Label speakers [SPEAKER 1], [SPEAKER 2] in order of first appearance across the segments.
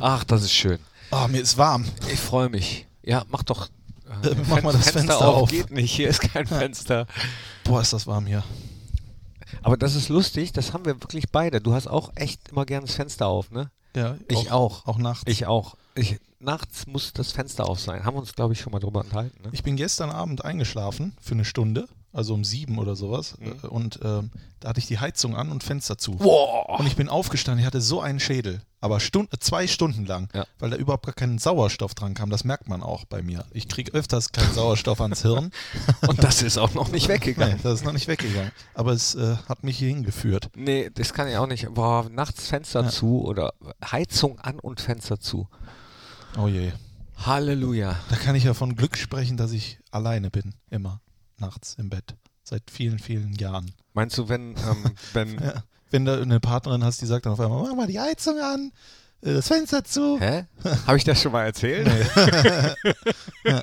[SPEAKER 1] Ach, das ist schön.
[SPEAKER 2] Oh, mir ist warm.
[SPEAKER 1] Ich freue mich. Ja, mach doch. äh,
[SPEAKER 2] Äh, mach mal das Fenster auf.
[SPEAKER 1] Geht nicht, hier ist kein Fenster.
[SPEAKER 2] Boah, ist das warm hier.
[SPEAKER 1] Aber das ist lustig, das haben wir wirklich beide. Du hast auch echt immer gern das Fenster auf, ne?
[SPEAKER 2] Ja,
[SPEAKER 1] Ich auch.
[SPEAKER 2] Auch nachts.
[SPEAKER 1] Ich auch. Ich, nachts muss das Fenster auf sein. Haben wir uns, glaube ich, schon mal drüber unterhalten. Ne?
[SPEAKER 2] Ich bin gestern Abend eingeschlafen für eine Stunde, also um sieben oder sowas.
[SPEAKER 1] Mhm.
[SPEAKER 2] äh, Und ähm, da hatte ich die Heizung an und Fenster zu. Und ich bin aufgestanden, ich hatte so einen Schädel. Aber Stund, äh, zwei Stunden lang,
[SPEAKER 1] Ja.
[SPEAKER 2] weil da überhaupt gar kein Sauerstoff dran kam. Das merkt man auch bei mir. Ich kriege öfters keinen Sauerstoff ans Hirn.
[SPEAKER 1] Und das ist auch noch nicht
[SPEAKER 2] Nein,
[SPEAKER 1] weggegangen.
[SPEAKER 2] das ist noch nicht weggegangen. Aber es äh, hat mich hier hingeführt.
[SPEAKER 1] Nee, das kann ich auch nicht. Boah, nachts Fenster zu oder Heizung an und Fenster zu.
[SPEAKER 2] Oh je.
[SPEAKER 1] Halleluja.
[SPEAKER 2] Da kann ich ja von Glück sprechen, dass ich alleine bin. Immer. Nachts im Bett. Seit vielen, vielen Jahren.
[SPEAKER 1] Meinst du, wenn, ähm, wenn
[SPEAKER 2] Ja. Wenn du eine Partnerin hast, die sagt dann auf einmal, mach mal die Heizung an, äh, das Fenster zu.
[SPEAKER 1] Hä? Habe ich das schon mal erzählt?
[SPEAKER 2] Dann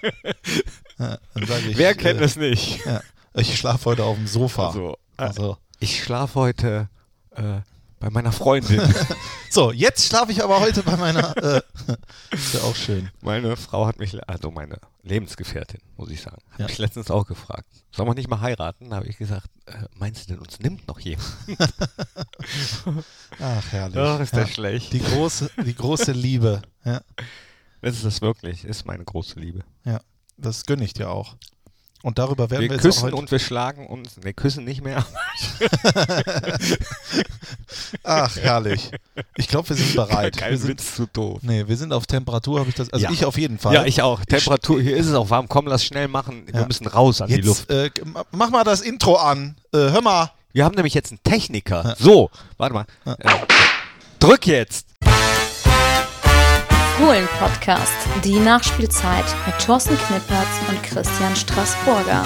[SPEAKER 2] sage ich,
[SPEAKER 1] Wer kennt
[SPEAKER 2] äh,
[SPEAKER 1] es nicht?
[SPEAKER 2] Ja, ich schlafe heute auf dem Sofa.
[SPEAKER 1] Also, äh,
[SPEAKER 2] Also.
[SPEAKER 1] Ich schlafe heute äh, bei meiner Freundin.
[SPEAKER 2] So, jetzt schlafe ich aber heute bei meiner. Äh, ist ja auch schön.
[SPEAKER 1] meine Frau hat mich, also meine Lebensgefährtin, muss ich sagen, hat
[SPEAKER 2] Ja.
[SPEAKER 1] mich letztens auch gefragt. Sollen wir nicht mal heiraten? Da habe ich gesagt, äh, meinst du denn, uns nimmt noch jemand?
[SPEAKER 2] Ach, herrlich.
[SPEAKER 1] Ach, ist
[SPEAKER 2] ja.
[SPEAKER 1] das schlecht.
[SPEAKER 2] die, große, die große Liebe. Ja,
[SPEAKER 1] Das ist das wirklich, ist meine große Liebe.
[SPEAKER 2] ja. Das gönne ich dir auch. Und darüber werden
[SPEAKER 1] Wir,
[SPEAKER 2] wir, jetzt auch
[SPEAKER 1] küssen
[SPEAKER 2] heute.
[SPEAKER 1] und wir schlagen uns, ne, küssen nicht mehr.
[SPEAKER 2] Ach, herrlich. Ich glaube, wir sind bereit.
[SPEAKER 1] Kein
[SPEAKER 2] wir sind,
[SPEAKER 1] Witz, zu doof.
[SPEAKER 2] nee, wir sind auf Temperatur, habe ich das. Also
[SPEAKER 1] Ja.
[SPEAKER 2] ich auf jeden Fall.
[SPEAKER 1] Ja, ich auch. Temperatur, hier ist es auch warm. Komm, lass schnell machen. Wir
[SPEAKER 2] Ja.
[SPEAKER 1] müssen raus an die Luft.
[SPEAKER 2] Jetzt äh, ma- mach mal das Intro an. Äh, hör mal.
[SPEAKER 1] Wir haben nämlich jetzt einen Techniker. So, warte mal. Äh, drück jetzt.
[SPEAKER 3] Fohlen Podcast, die Nachspielzeit mit Thorsten Knippertz und Christian Straßburger.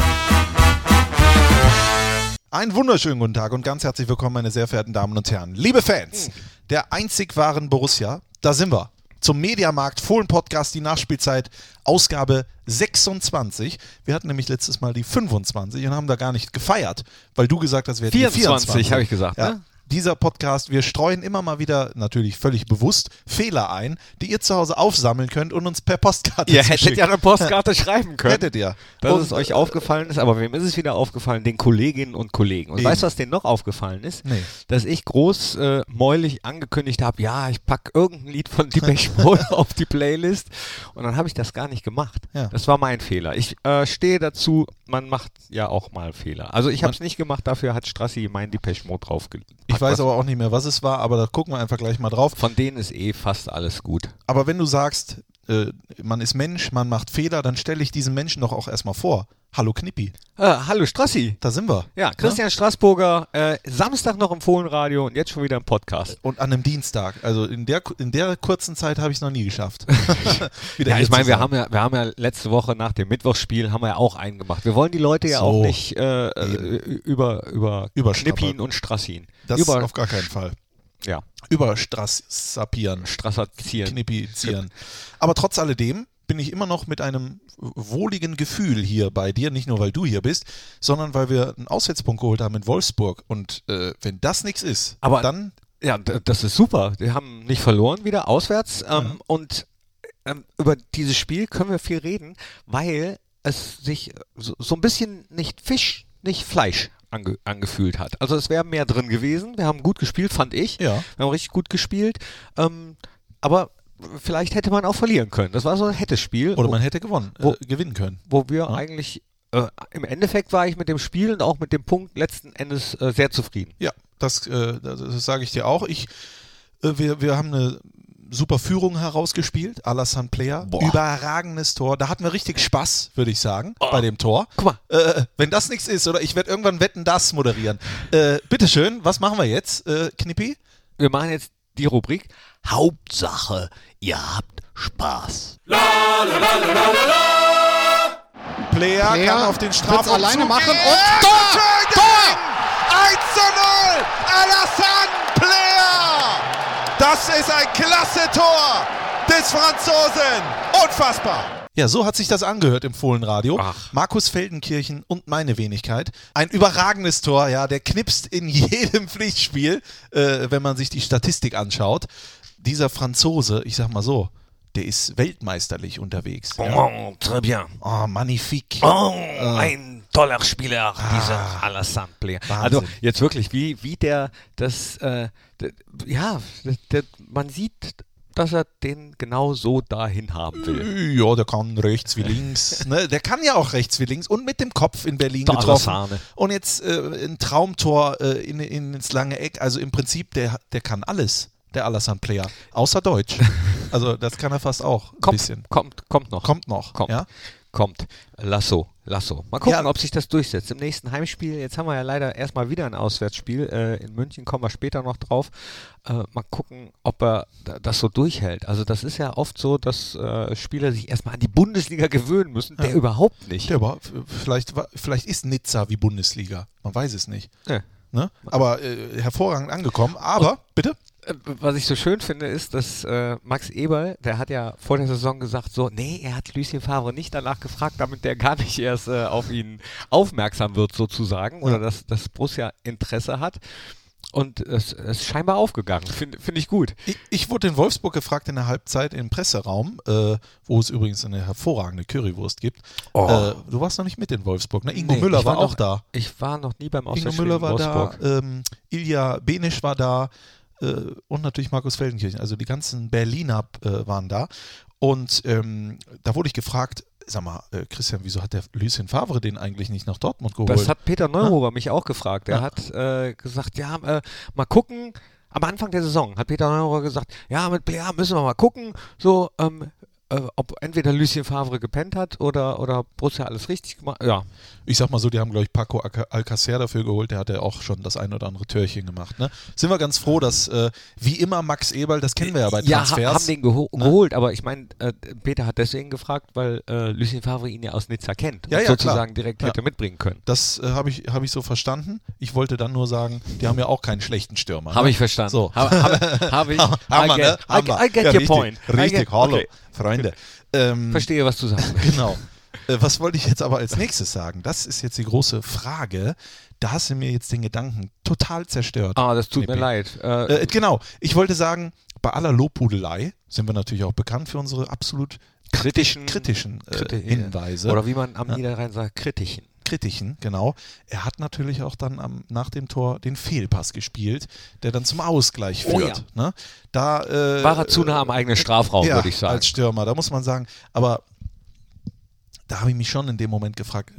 [SPEAKER 2] Einen wunderschönen guten Tag und ganz herzlich willkommen, meine sehr verehrten Damen und Herren. Liebe Fans der einzig wahren Borussia, da sind wir. Zum Mediamarkt Fohlen Podcast, die Nachspielzeit, Ausgabe 26. Wir hatten nämlich letztes Mal die 25 und haben da gar nicht gefeiert, weil du gesagt hast, wir hätten
[SPEAKER 1] 24,
[SPEAKER 2] die 24.
[SPEAKER 1] habe ich gesagt,
[SPEAKER 2] Ja.
[SPEAKER 1] ne?
[SPEAKER 2] Dieser Podcast, wir streuen immer mal wieder, natürlich völlig bewusst, Fehler ein, die ihr zu Hause aufsammeln könnt und uns per Postkarte
[SPEAKER 1] Ihr hättet
[SPEAKER 2] zuschickt.
[SPEAKER 1] ja eine Postkarte schreiben können.
[SPEAKER 2] Hättet ihr.
[SPEAKER 1] Dass
[SPEAKER 2] Und,
[SPEAKER 1] es euch aufgefallen ist, aber wem ist es wieder aufgefallen? Den Kolleginnen und Kollegen. Und
[SPEAKER 2] Eben.
[SPEAKER 1] weißt du, was denen noch aufgefallen ist?
[SPEAKER 2] Nee.
[SPEAKER 1] Dass ich groß äh, mäulig angekündigt habe, ja, ich packe irgendein Lied von Depeche Mode auf die Playlist. Und dann habe ich das gar nicht gemacht.
[SPEAKER 2] Ja.
[SPEAKER 1] Das war mein Fehler. Ich äh, stehe dazu, man macht ja auch mal Fehler. Also ich habe es nicht gemacht, dafür hat Strassi mein Depeche Mode draufgelegt.
[SPEAKER 2] Ich weiß aber auch nicht mehr, was es war, aber da gucken wir einfach gleich mal drauf.
[SPEAKER 1] Von denen ist eh fast alles gut.
[SPEAKER 2] Aber wenn du sagst, äh, man ist Mensch, man macht Fehler, dann stelle ich diesen Menschen doch auch erstmal vor. Hallo Knippi,
[SPEAKER 1] Äh, hallo Strassi.
[SPEAKER 2] da sind wir. ne?
[SPEAKER 1] Ja, Christian Straßburger, äh, Samstag noch im Fohlenradio und jetzt schon wieder im Podcast.
[SPEAKER 2] Und an einem Dienstag. Also in der, in der kurzen Zeit habe ich es noch nie geschafft. Wieder
[SPEAKER 1] Ja,
[SPEAKER 2] hier
[SPEAKER 1] ich meine,
[SPEAKER 2] zu
[SPEAKER 1] wir
[SPEAKER 2] sein.
[SPEAKER 1] haben ja, wir haben ja letzte Woche nach dem Mittwochsspiel haben wir ja auch einen gemacht. Wir wollen die Leute ja
[SPEAKER 2] So.
[SPEAKER 1] auch nicht äh, äh, über über
[SPEAKER 2] Überstrappern.
[SPEAKER 1] Knippin und Strassin.
[SPEAKER 2] Das
[SPEAKER 1] über
[SPEAKER 2] auf gar keinen Fall.
[SPEAKER 1] ja,
[SPEAKER 2] Überstrassapieren,
[SPEAKER 1] Strassazieren.
[SPEAKER 2] knippizieren. Aber trotz alledem bin ich immer noch mit einem wohligen Gefühl hier bei dir, nicht nur weil du hier bist, sondern weil wir einen Auswärtspunkt geholt haben in Wolfsburg. Und äh, wenn das nichts ist,
[SPEAKER 1] Aber-
[SPEAKER 2] dann
[SPEAKER 1] Ja, d- das ist super. Wir haben nicht verloren wieder auswärts ähm, und ähm, über dieses Spiel können wir viel reden, weil es sich so, so ein bisschen nicht Fisch, nicht Fleisch ange angefühlt hat. Also es wäre mehr drin gewesen. Wir haben gut gespielt, fand ich.
[SPEAKER 2] Ja.
[SPEAKER 1] Wir haben richtig gut gespielt. Ähm, aber vielleicht hätte man auch verlieren können. Das war so ein hättes Spiel,
[SPEAKER 2] Oder man hätte gewonnen,
[SPEAKER 1] Wo-
[SPEAKER 2] äh, gewinnen können.
[SPEAKER 1] wo wir eigentlich äh, im Endeffekt war ich mit dem Spiel und auch mit dem Punkt letzten Endes äh, sehr zufrieden.
[SPEAKER 2] Ja, das, äh, das, das sage ich dir auch. Ich, äh, wir, wir haben eine super Führung herausgespielt. Alassane Player,
[SPEAKER 1] Boah.
[SPEAKER 2] überragendes Tor. Da hatten wir richtig Spaß, würde ich sagen, bei dem Tor.
[SPEAKER 1] Guck mal.
[SPEAKER 2] Äh, wenn das nichts ist, oder ich werde irgendwann Wetten, das moderieren. Äh, bitteschön, was machen wir jetzt, äh, Knippi?
[SPEAKER 1] wir machen jetzt die Rubrik Hauptsache, ihr habt Spaß.
[SPEAKER 2] Player,
[SPEAKER 4] Player
[SPEAKER 2] kann auf den
[SPEAKER 4] wird's
[SPEAKER 2] Strafraum
[SPEAKER 4] alleine
[SPEAKER 2] zugehen.
[SPEAKER 4] machen und Tor!
[SPEAKER 2] Schön gesehen! 1 zu 0! Alassane Player! Das ist ein klasse Tor des Franzosen! Unfassbar! Ja, so hat sich das angehört im Fohlenradio.
[SPEAKER 1] Ach.
[SPEAKER 2] Markus Feldenkirchen und meine Wenigkeit. Ein überragendes Tor, ja, der knipst in jedem Pflichtspiel, äh, wenn man sich die Statistik anschaut. dieser Franzose, ich sag mal so, der ist weltmeisterlich unterwegs. Ja. Ah.
[SPEAKER 1] Oh, très bien.
[SPEAKER 2] Oh, magnifique.
[SPEAKER 1] Oh, ein toller Spieler, dieser Alassane Player.
[SPEAKER 2] Ah. Wahnsinn.
[SPEAKER 1] Also jetzt wirklich, wie, wie der das, äh, der, ja, der, der, man sieht, dass er den genau so dahin haben will.
[SPEAKER 2] Ja, der kann rechts wie links. Ne? Der kann ja auch rechts wie links und mit dem Kopf in Berlin
[SPEAKER 1] Der
[SPEAKER 2] getroffen.
[SPEAKER 1] Alassane.
[SPEAKER 2] Und jetzt äh, ein Traumtor äh, in, in, ins lange Eck. Also im Prinzip, der, der kann alles, der Alassane-Player. Außer Deutsch. Also das kann er fast auch. Ein
[SPEAKER 1] Kommt,
[SPEAKER 2] bisschen.
[SPEAKER 1] kommt, kommt noch.
[SPEAKER 2] Kommt noch.
[SPEAKER 1] Kommt.
[SPEAKER 2] Ja?
[SPEAKER 1] Kommt. Lasso, Lasso. Mal gucken,
[SPEAKER 2] Ja.
[SPEAKER 1] ob sich das durchsetzt. Im nächsten Heimspiel, jetzt haben wir ja leider erstmal wieder ein Auswärtsspiel. Äh, in München kommen wir später noch drauf. Äh, mal gucken, ob er da- das so durchhält. Also das ist ja oft so, dass äh, Spieler sich erstmal an die Bundesliga gewöhnen müssen. Der überhaupt nicht.
[SPEAKER 2] Ja, aber f- vielleicht, wa- vielleicht ist Nizza wie Bundesliga. Man weiß es nicht.
[SPEAKER 1] Ja.
[SPEAKER 2] Ne? Aber äh, hervorragend angekommen. Aber, bitte?
[SPEAKER 1] Äh, Was ich so schön finde, ist, dass äh, Max Eberl, der hat ja vor der Saison gesagt, so, nee, er hat Lucien Favre nicht danach gefragt, damit der gar nicht erst äh, auf ihn aufmerksam wird, sozusagen, oder dass, dass Borussia Interesse hat. Und es es ist scheinbar aufgegangen. Finde find ich gut.
[SPEAKER 2] Ich, ich wurde in Wolfsburg gefragt in der Halbzeit im Presseraum, äh, wo es übrigens eine hervorragende Currywurst gibt.
[SPEAKER 1] Oh.
[SPEAKER 2] Äh, du warst noch nicht mit in Wolfsburg, ne? Ingo
[SPEAKER 1] Nee,
[SPEAKER 2] Müller
[SPEAKER 1] ich
[SPEAKER 2] war,
[SPEAKER 1] war
[SPEAKER 2] auch
[SPEAKER 1] noch-
[SPEAKER 2] da.
[SPEAKER 1] Ich war noch nie beim
[SPEAKER 2] Ingo
[SPEAKER 1] Auswärtsspiel
[SPEAKER 2] Müller
[SPEAKER 1] in
[SPEAKER 2] war da,
[SPEAKER 1] Wolfsburg.
[SPEAKER 2] ähm, Ilja Benisch war da äh, und natürlich Markus Feldenkirchen. Also die ganzen Berliner äh, waren da. Und ähm, da wurde ich gefragt, sag mal, äh, Christian, wieso hat der Lucien Favre den eigentlich nicht nach Dortmund geholt?
[SPEAKER 1] Das hat Peter Neururer mich auch gefragt. Er
[SPEAKER 2] Ja.
[SPEAKER 1] hat äh, gesagt, ja, äh, mal gucken. Am Anfang der Saison hat Peter Neururer gesagt, ja, mit Blair müssen wir mal gucken, so, ähm, äh, ob entweder Lucien Favre gepennt hat oder, oder Borussia alles richtig gemacht. Ja,
[SPEAKER 2] ich sag mal so, die haben, glaube ich, Paco Alca- Alcacer dafür geholt. Der hat ja auch schon das ein oder andere Törchen gemacht. Ne? Sind wir ganz froh, dass äh, wie immer Max Eberl, das kennen wir ja bei
[SPEAKER 1] ja
[SPEAKER 2] Transfers.
[SPEAKER 1] ha, haben den geho
[SPEAKER 2] Ne?
[SPEAKER 1] geholt, aber ich meine, äh, Peter hat deswegen gefragt, weil äh, Lucien Favre ihn ja aus Nizza kennt
[SPEAKER 2] Ja,
[SPEAKER 1] und
[SPEAKER 2] ja,
[SPEAKER 1] sozusagen
[SPEAKER 2] klar.
[SPEAKER 1] direkt
[SPEAKER 2] Ja.
[SPEAKER 1] hätte mitbringen können.
[SPEAKER 2] das äh, habe ich, hab ich so verstanden. Ich wollte dann nur sagen, die haben ja auch keinen schlechten Stürmer. ne?
[SPEAKER 1] Habe ich verstanden.
[SPEAKER 2] So.
[SPEAKER 1] Habe hab, hab ich. I
[SPEAKER 2] Hammer,
[SPEAKER 1] get,
[SPEAKER 2] ne?
[SPEAKER 1] I,
[SPEAKER 2] Hammer.
[SPEAKER 1] get- I get
[SPEAKER 2] Ja,
[SPEAKER 1] your
[SPEAKER 2] richtig,
[SPEAKER 1] point. I
[SPEAKER 2] Richtig,
[SPEAKER 1] get,
[SPEAKER 2] hallo,
[SPEAKER 1] okay,
[SPEAKER 2] Freunde. Ähm,
[SPEAKER 1] Verstehe, was du sagst.
[SPEAKER 2] Genau. Äh, Was wollte ich jetzt aber als nächstes sagen? Das ist jetzt die große Frage. Da hast du mir jetzt den Gedanken total zerstört.
[SPEAKER 1] Ah, das tut
[SPEAKER 2] Knippi.
[SPEAKER 1] mir leid. Äh,
[SPEAKER 2] Äh, genau. Ich wollte sagen, bei aller Lobhudelei sind wir natürlich auch bekannt für unsere absolut
[SPEAKER 1] kritischen,
[SPEAKER 2] kritischen äh,
[SPEAKER 1] Kriti-
[SPEAKER 2] Hinweise.
[SPEAKER 1] Oder wie man am Niederrhein sagt, kritischen.
[SPEAKER 2] Kritischen, genau. Er hat natürlich auch dann am, nach dem Tor den Fehlpass gespielt, der dann zum Ausgleich
[SPEAKER 1] Oh
[SPEAKER 2] führt. ne? Da, äh,
[SPEAKER 1] War er zu nah am eigenen Strafraum, würde ich sagen.
[SPEAKER 2] Als Stürmer, da muss man sagen. Aber da habe ich mich schon in dem Moment gefragt,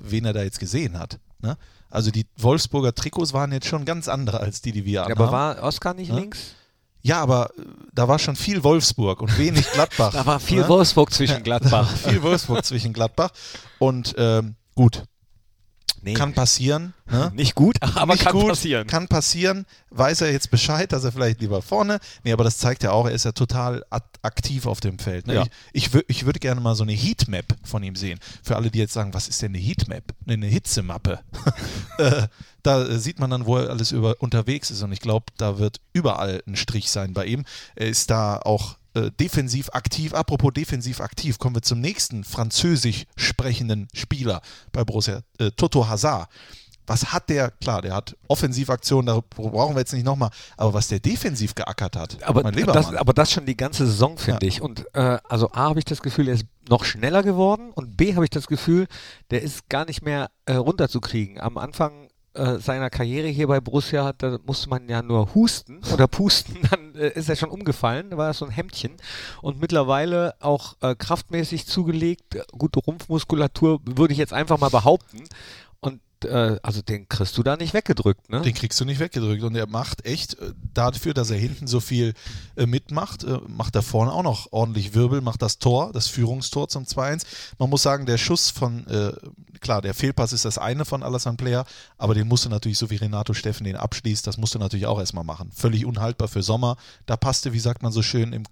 [SPEAKER 2] wen er da jetzt gesehen hat. Ne? Also die Wolfsburger Trikots waren jetzt schon ganz andere als die, die wir
[SPEAKER 1] Ja,
[SPEAKER 2] anhaben.
[SPEAKER 1] aber war Oskar nicht
[SPEAKER 2] Ja.
[SPEAKER 1] links?
[SPEAKER 2] ja, aber äh, da war schon viel Wolfsburg und wenig Gladbach.
[SPEAKER 1] Da war viel
[SPEAKER 2] ne?
[SPEAKER 1] Wolfsburg zwischen Gladbach.
[SPEAKER 2] viel Wolfsburg zwischen Gladbach. Und ähm, gut,
[SPEAKER 1] Nee,
[SPEAKER 2] kann passieren. Ne?
[SPEAKER 1] nicht gut, aber
[SPEAKER 2] Nicht
[SPEAKER 1] kann
[SPEAKER 2] gut,
[SPEAKER 1] passieren.
[SPEAKER 2] Kann passieren. Weiß er jetzt Bescheid, dass er vielleicht lieber vorne. Nee, aber das zeigt ja auch, er ist ja total at- aktiv auf dem Feld. Ne?
[SPEAKER 1] Ja.
[SPEAKER 2] Ich, ich, wür- ich würde gerne mal so eine Heatmap von ihm sehen. Für alle, die jetzt sagen, was ist denn eine Heatmap? Nee, Eine Hitzemappe. äh, da äh, sieht man dann, wo er alles über, unterwegs ist. Und ich glaube, da wird überall ein Strich sein bei ihm. Er ist da auch äh, defensiv aktiv. Apropos defensiv aktiv, kommen wir zum nächsten französisch sprechenden Spieler bei Borussia, äh, Toto Hazard. Was hat der, klar, der hat Offensivaktionen, da brauchen wir jetzt nicht nochmal, aber was der defensiv geackert hat,
[SPEAKER 1] aber,
[SPEAKER 2] mein lieber
[SPEAKER 1] das,
[SPEAKER 2] Mann.
[SPEAKER 1] aber das schon die ganze Saison, finde
[SPEAKER 2] Ja.
[SPEAKER 1] ich. Und äh, also A habe ich das Gefühl, er ist noch schneller geworden und B habe ich das Gefühl, der ist gar nicht mehr äh, runterzukriegen. Am Anfang äh, seiner Karriere hier bei Borussia, da musste man ja nur husten oder pusten, dann äh, ist er schon umgefallen, da war das so ein Hemdchen und mittlerweile auch äh, kraftmäßig zugelegt, äh, gute Rumpfmuskulatur, würde ich jetzt einfach mal behaupten. Und äh, also den kriegst du da nicht weggedrückt, ne?
[SPEAKER 2] Den kriegst du nicht weggedrückt. Und er macht echt äh, dafür, dass er hinten so viel äh, mitmacht, äh, macht er vorne auch noch ordentlich Wirbel, macht das Tor, das Führungstor zum 2-1. Man muss sagen, der Schuss von, äh, klar, der Fehlpass ist das eine von Alassane Player, aber den musst du natürlich, so wie Renato Steffen den abschließt, das musst du natürlich auch erstmal machen. Völlig unhaltbar für Sommer. Da passte, wie sagt man so schön, im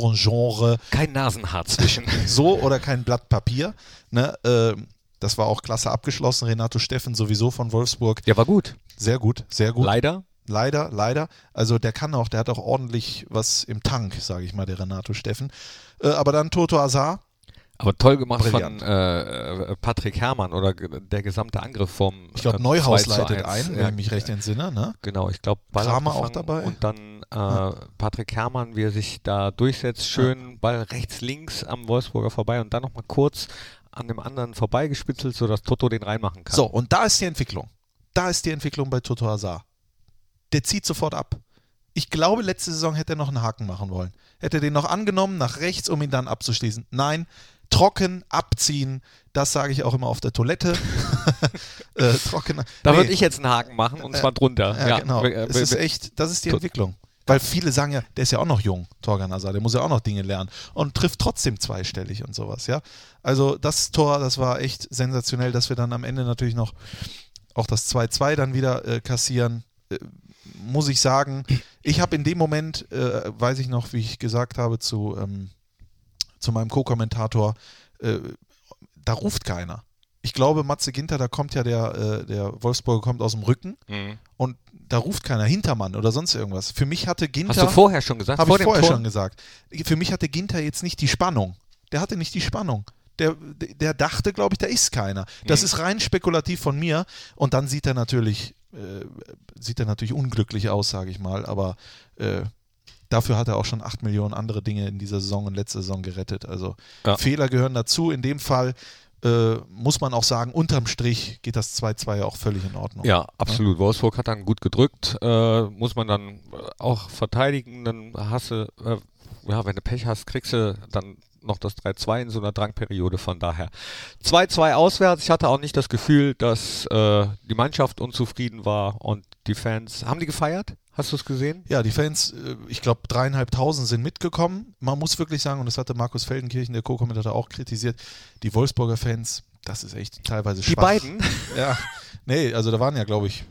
[SPEAKER 2] Kommentatoren-Genre
[SPEAKER 1] Kein Nasenhaar zwischen.
[SPEAKER 2] so oder kein Blatt Papier. Ne? Ähm, das war auch klasse abgeschlossen. Renato Steffen sowieso von Wolfsburg.
[SPEAKER 1] ja, war gut.
[SPEAKER 2] Sehr gut, sehr gut.
[SPEAKER 1] Leider.
[SPEAKER 2] Leider, leider. Also der kann auch, der hat auch ordentlich was im Tank, sage ich mal, der Renato Steffen. Äh, aber dann Toto Azar,
[SPEAKER 1] Aber toll gemacht
[SPEAKER 2] Brillant.
[SPEAKER 1] von äh, äh, Patrick Herrmann oder ge- der gesamte Angriff vom.
[SPEAKER 2] Ich glaube,
[SPEAKER 1] äh,
[SPEAKER 2] Neuhaus
[SPEAKER 1] 2 zu
[SPEAKER 2] leitet
[SPEAKER 1] 1.
[SPEAKER 2] ein,
[SPEAKER 1] Ja,
[SPEAKER 2] wenn ich mich recht entsinne. Ne?
[SPEAKER 1] Genau, ich glaube, Ball
[SPEAKER 2] Kramer
[SPEAKER 1] abgefangen
[SPEAKER 2] auch dabei?
[SPEAKER 1] Und dann äh, Patrick Herrmann, wie er sich da durchsetzt, schön Ball rechts, links am Wolfsburger vorbei und dann nochmal kurz an dem anderen vorbeigespitzelt, sodass Toto den reinmachen kann.
[SPEAKER 2] So, und da ist die Entwicklung. Da ist die Entwicklung bei Toto Hazard. Der zieht sofort ab. Ich glaube, letzte Saison hätte er noch einen Haken machen wollen. Hätte den noch angenommen, nach rechts, um ihn dann abzuschließen. Nein, trocken abziehen, das sage ich auch immer auf der Toilette. äh, trocken.
[SPEAKER 1] Da
[SPEAKER 2] Nee. Äh,
[SPEAKER 1] würde ich jetzt einen Haken machen und zwar drunter.
[SPEAKER 2] Ja, genau.
[SPEAKER 1] Äh,
[SPEAKER 2] Es ist echt, das ist die Entwicklung. Weil viele sagen ja, der ist ja auch noch jung, Torgan Hazard, der muss ja auch noch Dinge lernen und trifft trotzdem zweistellig und sowas, ja. Also das Tor, das war echt sensationell, dass wir dann am Ende natürlich noch auch das 2-2 dann wieder äh, kassieren, äh, muss ich sagen. Ich habe in dem Moment, äh, weiß ich noch, wie ich gesagt habe zu, ähm, zu meinem Co-Kommentator, äh, da ruft keiner. Ich glaube, Matze Ginter, da kommt ja der, äh, der Wolfsburger kommt aus dem Rücken
[SPEAKER 1] Mhm.
[SPEAKER 2] und da ruft keiner Hintermann oder sonst irgendwas. Für mich hatte
[SPEAKER 1] Hast du
[SPEAKER 2] Ginter,
[SPEAKER 1] vorher schon gesagt?
[SPEAKER 2] habe
[SPEAKER 1] vor
[SPEAKER 2] ich
[SPEAKER 1] dem
[SPEAKER 2] vorher
[SPEAKER 1] Tor?
[SPEAKER 2] schon gesagt, für mich hatte Ginter jetzt nicht die Spannung. Der hatte nicht die Spannung. Der, der dachte, glaube ich, da ist keiner. Das
[SPEAKER 1] Mhm.
[SPEAKER 2] ist rein spekulativ von mir. Und dann sieht er natürlich, äh, sieht er natürlich unglücklich aus, sage ich mal. Aber äh, dafür hat er auch schon 8 Millionen andere Dinge in dieser Saison und letzte Saison gerettet. Also
[SPEAKER 1] Ja.
[SPEAKER 2] Fehler gehören dazu. In dem Fall äh, muss man auch sagen, unterm Strich geht das 2-2 ja auch völlig in Ordnung.
[SPEAKER 1] Ja, absolut. Wolfsburg hat dann gut gedrückt. Äh, muss man dann äh, auch verteidigen. Dann hast du, äh, ja, wenn du Pech hast, kriegst du dann noch das 3-2 in so einer Drangperiode. Von daher 2-2 auswärts. Ich hatte auch nicht das Gefühl, dass äh, die Mannschaft unzufrieden war und die Fans. Haben die gefeiert? Hast du es gesehen?
[SPEAKER 2] Ja, die Fans, äh, ich glaube, dreieinhalbtausend sind mitgekommen. Man muss wirklich sagen, und das hatte Markus Feldenkirchen, der Co-Kommentator, auch kritisiert, die Wolfsburger Fans, das ist echt teilweise
[SPEAKER 1] Die
[SPEAKER 2] schwach.
[SPEAKER 1] beiden?
[SPEAKER 2] Ja, nee, also da waren ja, glaube ich,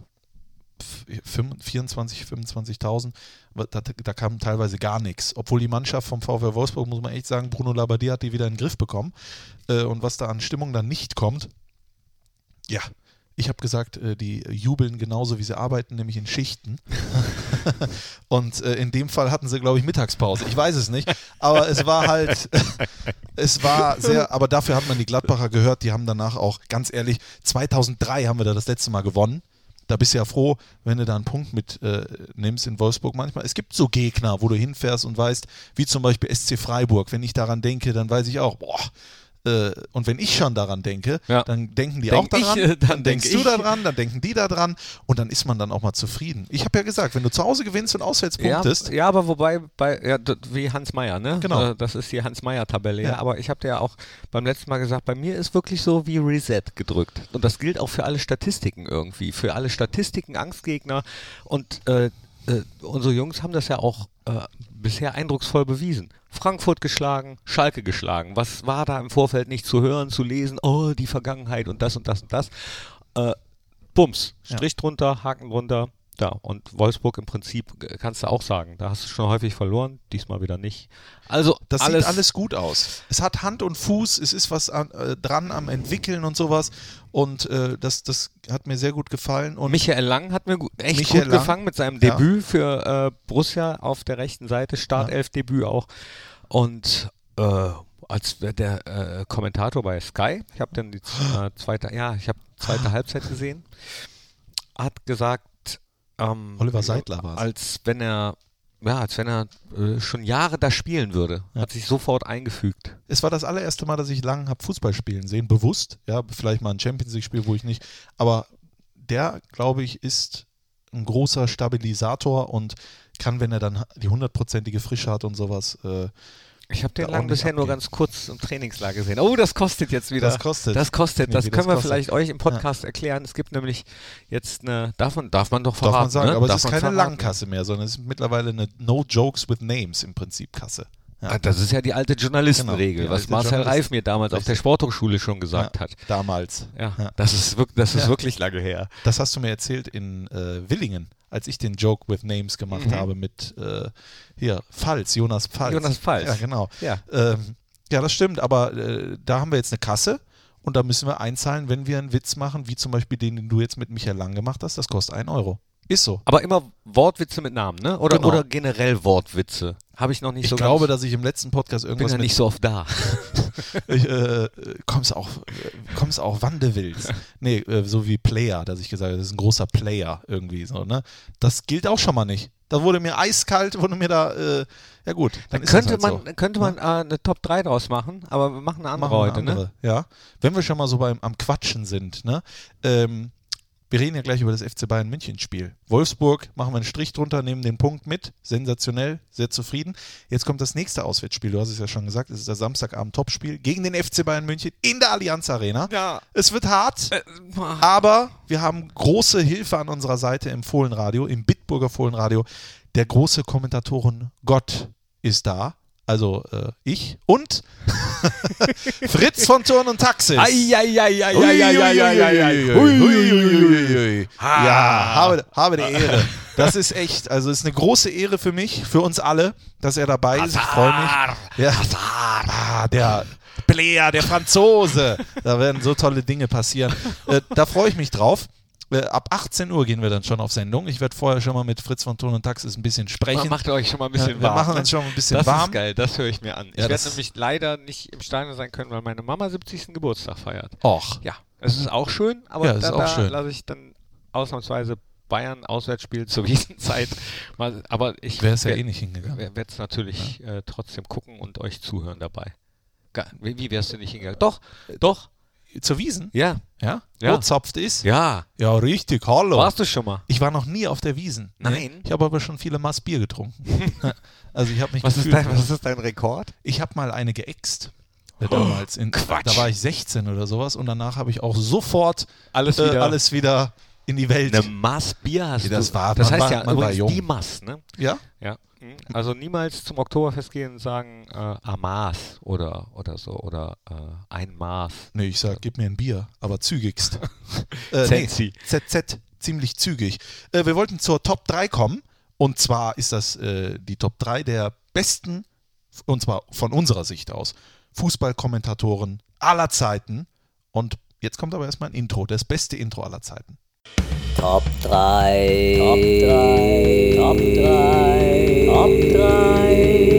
[SPEAKER 2] f- fünf- 24, 25.000. Wa- Da, da kam teilweise gar nichts. Obwohl die Mannschaft vom VfL Wolfsburg, muss man echt sagen, Bruno Labbadia hat die wieder in den Griff bekommen. Äh, Und was da an Stimmung dann nicht kommt, ja, ich habe gesagt, äh, die jubeln genauso wie sie arbeiten, nämlich in Schichten. Und äh, in dem Fall hatten sie, glaube ich, Mittagspause. Ich weiß es nicht. Aber es war halt, es war sehr, aber dafür hat man die Gladbacher gehört. Die haben danach auch, ganz ehrlich, 2003 haben wir da das letzte Mal gewonnen. Da bist du ja froh, wenn du da einen Punkt mitnimmst äh, nimmst in Wolfsburg manchmal. Es gibt so Gegner, wo du hinfährst und weißt, wie zum Beispiel SC Freiburg. Wenn ich daran denke, dann weiß ich auch, boah. äh, Und wenn ich schon daran denke,
[SPEAKER 1] Ja.
[SPEAKER 2] dann denken die
[SPEAKER 1] Denk
[SPEAKER 2] auch daran,
[SPEAKER 1] ich, äh, dann
[SPEAKER 2] dann
[SPEAKER 1] denk
[SPEAKER 2] denkst du
[SPEAKER 1] ich.
[SPEAKER 2] daran, dann denken die daran und dann ist man dann auch mal zufrieden. Ich habe ja gesagt, wenn du zu Hause gewinnst und auswärts
[SPEAKER 1] Ja,
[SPEAKER 2] punktest,
[SPEAKER 1] ja, aber wobei, bei, ja, d- wie Hans Meyer, ne?
[SPEAKER 2] Genau.
[SPEAKER 1] Äh, Das ist die Hans-Meyer-Tabelle, ja.
[SPEAKER 2] Ja.
[SPEAKER 1] Aber ich habe dir ja auch beim letzten Mal gesagt, bei mir ist wirklich so wie Reset gedrückt. Und das gilt auch für alle Statistiken irgendwie. Für alle Statistiken, Angstgegner. Und äh, äh, unsere Jungs haben das ja auch äh, bisher eindrucksvoll bewiesen. Frankfurt geschlagen, Schalke geschlagen. Was war da im Vorfeld nicht zu hören, zu lesen? Oh, die Vergangenheit und das und das und das. Äh, Bums, Strich drunter, Haken drunter. Ja, und Wolfsburg im Prinzip äh, kannst du auch sagen, da hast du schon häufig verloren, diesmal wieder nicht. Also
[SPEAKER 2] das
[SPEAKER 1] alles,
[SPEAKER 2] sieht alles gut aus. Es hat Hand und Fuß, es ist was an, äh, dran am Entwickeln und sowas und äh, das, das hat mir sehr gut gefallen und
[SPEAKER 1] Michael Lang hat mir gu- echt
[SPEAKER 2] Michael
[SPEAKER 1] gut
[SPEAKER 2] Lang,
[SPEAKER 1] gefangen mit seinem
[SPEAKER 2] ja.
[SPEAKER 1] Debüt für äh, Borussia auf der rechten Seite, Startelf-Debüt auch. Und äh, als wär der äh, Kommentator bei Sky, ich habe dann die z- äh, zweite, ja, ich habe zweite Halbzeit gesehen, hat gesagt, ähm,
[SPEAKER 2] Oliver Seidler war es.
[SPEAKER 1] als wenn er, ja, als wenn er äh, schon Jahre da spielen würde, hat sich sofort eingefügt.
[SPEAKER 2] Es war das allererste Mal, dass ich lang habe Fußball spielen sehen, bewusst. Ja, vielleicht mal ein Champions League-Spiel, wo ich nicht. Aber der, glaube ich, ist ein großer Stabilisator und kann, wenn er dann die hundertprozentige Frische hat und sowas, äh,
[SPEAKER 1] Ich habe den
[SPEAKER 2] Da
[SPEAKER 1] lang
[SPEAKER 2] ordentlich
[SPEAKER 1] bisher nur
[SPEAKER 2] abgehen.
[SPEAKER 1] ganz kurz im Trainingslager gesehen. Oh, das kostet jetzt wieder.
[SPEAKER 2] Das kostet.
[SPEAKER 1] Das kostet.
[SPEAKER 2] Nee,
[SPEAKER 1] das
[SPEAKER 2] wie
[SPEAKER 1] können
[SPEAKER 2] das
[SPEAKER 1] wir
[SPEAKER 2] kostet.
[SPEAKER 1] vielleicht euch im Podcast erklären. Es gibt nämlich jetzt eine, darf man, darf man doch verraten.
[SPEAKER 2] darf man sagen.
[SPEAKER 1] ne?
[SPEAKER 2] Aber
[SPEAKER 1] darf
[SPEAKER 2] es ist
[SPEAKER 1] man
[SPEAKER 2] keine
[SPEAKER 1] verraten.
[SPEAKER 2] Langkasse mehr, sondern es ist mittlerweile eine No Jokes with Names im Prinzip Kasse. Ja.
[SPEAKER 1] Ah, Das ist ja die alte Journalistenregel,
[SPEAKER 2] Genau,
[SPEAKER 1] was
[SPEAKER 2] die alte
[SPEAKER 1] Marcel
[SPEAKER 2] Journalisten-
[SPEAKER 1] Reif mir damals auf der Sporthochschule schon gesagt
[SPEAKER 2] Ja,
[SPEAKER 1] hat.
[SPEAKER 2] Damals.
[SPEAKER 1] Ja,
[SPEAKER 2] Ja.
[SPEAKER 1] das ist, wirklich, das ist wirklich lange her.
[SPEAKER 2] Das hast du mir erzählt in äh, Willingen, als ich den Joke with Names gemacht
[SPEAKER 1] Mhm.
[SPEAKER 2] habe mit äh, hier Pfalz, Jonas Pfalz.
[SPEAKER 1] Jonas Pfalz.
[SPEAKER 2] Ja, genau.
[SPEAKER 1] Ja.
[SPEAKER 2] Ähm, ja, das stimmt, aber äh, da haben wir jetzt eine Kasse und da müssen wir einzahlen, wenn wir einen Witz machen, wie zum Beispiel den, den du jetzt mit Michael Lang gemacht hast, das kostet 1 Euro. Ist so.
[SPEAKER 1] Aber immer Wortwitze mit Namen, ne? Oder,
[SPEAKER 2] Genau.
[SPEAKER 1] oder generell Wortwitze. Habe ich noch nicht
[SPEAKER 2] Ich
[SPEAKER 1] so
[SPEAKER 2] glaube,
[SPEAKER 1] ganz,
[SPEAKER 2] dass ich im letzten Podcast
[SPEAKER 1] bin
[SPEAKER 2] irgendwas
[SPEAKER 1] ja
[SPEAKER 2] mit
[SPEAKER 1] nicht so oft da.
[SPEAKER 2] Ich, äh, komm's auch, äh, komm's auch, wann du willst. Nee, äh, so wie Player, dass ich gesagt habe, das ist ein großer Player irgendwie so, ne? Das gilt auch schon mal nicht. Da wurde mir eiskalt, wurde mir da, äh, ja gut. Dann, ist
[SPEAKER 1] Könnte
[SPEAKER 2] das
[SPEAKER 1] man,
[SPEAKER 2] halt so.
[SPEAKER 1] könnte man äh, eine Top 3 draus machen, aber wir machen eine andere
[SPEAKER 2] Machen wir
[SPEAKER 1] heute,
[SPEAKER 2] andere,
[SPEAKER 1] ne?
[SPEAKER 2] Ja. Wenn wir schon mal so beim am Quatschen sind, ne? Ähm, wir reden ja gleich über das FC Bayern München Spiel. Wolfsburg machen wir einen Strich drunter, nehmen den Punkt mit. Sensationell, sehr zufrieden. Jetzt kommt das nächste Auswärtsspiel. Du hast es ja schon gesagt, es ist der Samstagabend Topspiel gegen den FC Bayern München in der Allianz Arena.
[SPEAKER 1] Ja.
[SPEAKER 2] Es wird hart. Aber wir haben große Hilfe an unserer Seite im Fohlenradio, im Bitburger Fohlenradio. Der große Kommentatoren Gott ist da. Also äh, ich und Fritz von Turn und Taxis. Uiuiuiuiuiui. Ja, habe, habe die Ehre. Das ist echt, also ist eine große Ehre für mich, für uns alle, dass er dabei ist. Ich freue mich. Ja. Ah, der Blair, der Franzose. Da werden so tolle Dinge passieren. Äh, da freue ich mich drauf. Äh, Ab 18 Uhr gehen wir dann schon auf Sendung. Ich werde vorher schon mal mit Fritz von Ton und Taxis ein bisschen sprechen.
[SPEAKER 1] Macht euch schon mal ein
[SPEAKER 2] Ja,
[SPEAKER 1] bisschen
[SPEAKER 2] wir
[SPEAKER 1] warm.
[SPEAKER 2] machen
[SPEAKER 1] ne?
[SPEAKER 2] uns schon mal ein bisschen
[SPEAKER 1] das
[SPEAKER 2] warm.
[SPEAKER 1] ist geil, das höre ich mir an.
[SPEAKER 2] Ja,
[SPEAKER 1] ich
[SPEAKER 2] das-
[SPEAKER 1] werde nämlich leider nicht im Steine sein können, weil meine Mama 70. Geburtstag feiert.
[SPEAKER 2] Och.
[SPEAKER 1] Ja, es ist auch schön, aber
[SPEAKER 2] Ja, es
[SPEAKER 1] da,
[SPEAKER 2] ist auch
[SPEAKER 1] da
[SPEAKER 2] schön.
[SPEAKER 1] lasse ich dann ausnahmsweise Bayern Auswärtsspiel zur Wiesenzeit. Mal, aber ich
[SPEAKER 2] Wäre es ja
[SPEAKER 1] wer-
[SPEAKER 2] eh nicht hingegangen.
[SPEAKER 1] werde es natürlich äh, trotzdem gucken und euch zuhören dabei. Ga- Wie, wie wärst du nicht hingegangen? Doch, doch,
[SPEAKER 2] Zur Wiesen?
[SPEAKER 1] ja,
[SPEAKER 2] Ja?
[SPEAKER 1] Ja.
[SPEAKER 2] Wo zopft ist?
[SPEAKER 1] ja.
[SPEAKER 2] Ja, richtig. Hallo.
[SPEAKER 1] Warst du schon mal?
[SPEAKER 2] Ich war noch nie auf der Wiesen. Nee.
[SPEAKER 1] Nein.
[SPEAKER 2] Ich habe aber schon viele Maß Bier getrunken. also ich habe mich gefühlt.
[SPEAKER 1] ist dein Rekord?
[SPEAKER 2] Ich habe mal eine geäxt. äh, Damals in,
[SPEAKER 1] Oh, Quatsch.
[SPEAKER 2] Da war ich 16 oder sowas und danach habe ich auch sofort
[SPEAKER 1] Alles
[SPEAKER 2] äh,
[SPEAKER 1] wieder.
[SPEAKER 2] alles wieder in die Welt.
[SPEAKER 1] Eine Maß Bier hast
[SPEAKER 2] Ja,
[SPEAKER 1] du.
[SPEAKER 2] das war-
[SPEAKER 1] das
[SPEAKER 2] man
[SPEAKER 1] heißt
[SPEAKER 2] war-
[SPEAKER 1] ja
[SPEAKER 2] man war
[SPEAKER 1] übrigens
[SPEAKER 2] jung.
[SPEAKER 1] die Maß, ne?
[SPEAKER 2] Ja?
[SPEAKER 1] Ja. Also niemals zum Oktoberfest gehen und sagen äh, Amas oder, oder so oder äh, ein Maß.
[SPEAKER 2] Nee, ich sag, gib mir ein Bier, aber zügigst. äh,
[SPEAKER 1] Zenzi.
[SPEAKER 2] ZZ, ziemlich zügig. Äh, wir wollten zur Top 3 kommen und zwar ist das äh, die Top 3 der besten, und zwar von unserer Sicht aus, Fußballkommentatoren aller Zeiten. Und jetzt kommt aber erstmal ein Intro, das beste Intro aller Zeiten.
[SPEAKER 4] Top 3. Top 3. Top 3. Top 3.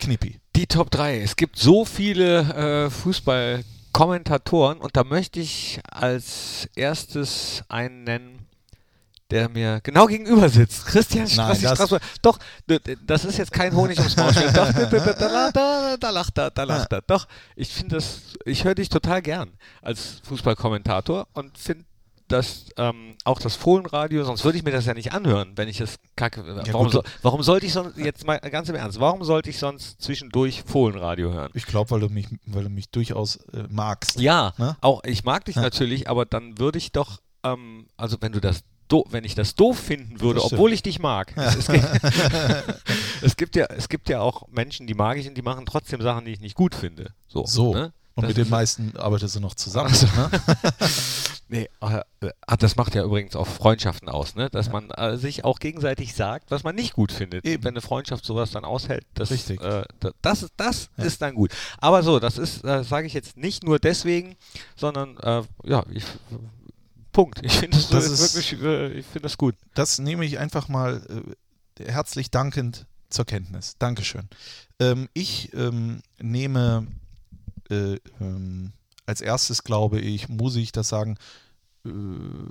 [SPEAKER 2] Knippi.
[SPEAKER 1] Die Top 3. Es gibt so viele äh, Fußballkommentatoren und da möchte ich als erstes einen nennen, der mir genau gegenüber sitzt. Christian Strassi
[SPEAKER 2] das-
[SPEAKER 1] Straßburg. Doch, d- d- das ist jetzt kein Honig ums Maul. schmieren. Doch, d- d- d- da, la- da, da lacht er, da lacht er. Doch, ich finde das, ich höre dich total gern als Fußballkommentator und finde dass ähm, auch das Fohlenradio, sonst würde ich mir das ja nicht anhören, wenn ich das kacke. warum,
[SPEAKER 2] gut.
[SPEAKER 1] so, warum sollte ich sonst, jetzt mal ganz im Ernst, warum sollte ich sonst zwischendurch Fohlenradio hören?
[SPEAKER 2] Ich glaube, weil, du mich- weil du mich durchaus äh, magst.
[SPEAKER 1] Ja,
[SPEAKER 2] Ne?
[SPEAKER 1] auch ich mag dich natürlich, aber dann würde ich doch, ähm, also wenn du das do, wenn ich das doof finden würde,
[SPEAKER 2] Das stimmt.
[SPEAKER 1] obwohl ich dich mag. Es, es, gibt, es gibt ja, es gibt ja auch Menschen, die mag ich und die machen trotzdem Sachen, die ich nicht gut finde. So.
[SPEAKER 2] So.
[SPEAKER 1] Ne?
[SPEAKER 2] Und
[SPEAKER 1] Das
[SPEAKER 2] mit
[SPEAKER 1] ist-
[SPEAKER 2] den meisten arbeitest du noch zusammen. ne?
[SPEAKER 1] Nee, äh, ah, das macht ja übrigens auch Freundschaften aus, ne? Dass man äh, sich auch gegenseitig sagt, was man nicht gut findet.
[SPEAKER 2] Eben.
[SPEAKER 1] Wenn eine Freundschaft sowas dann aushält, das,
[SPEAKER 2] Richtig.
[SPEAKER 1] Äh, da- das, ist- das ist dann gut. Aber so, das ist, äh, sage ich jetzt nicht nur deswegen, sondern äh, ja, ich, Punkt. Ich finde das,
[SPEAKER 2] Das
[SPEAKER 1] ist
[SPEAKER 2] ist-
[SPEAKER 1] wirklich, äh, ich finde das gut.
[SPEAKER 2] Das nehme ich einfach mal äh, herzlich dankend zur Kenntnis. Dankeschön. Ähm, ich ähm, nehme äh, ähm, als erstes, glaube ich, muss ich das sagen, äh,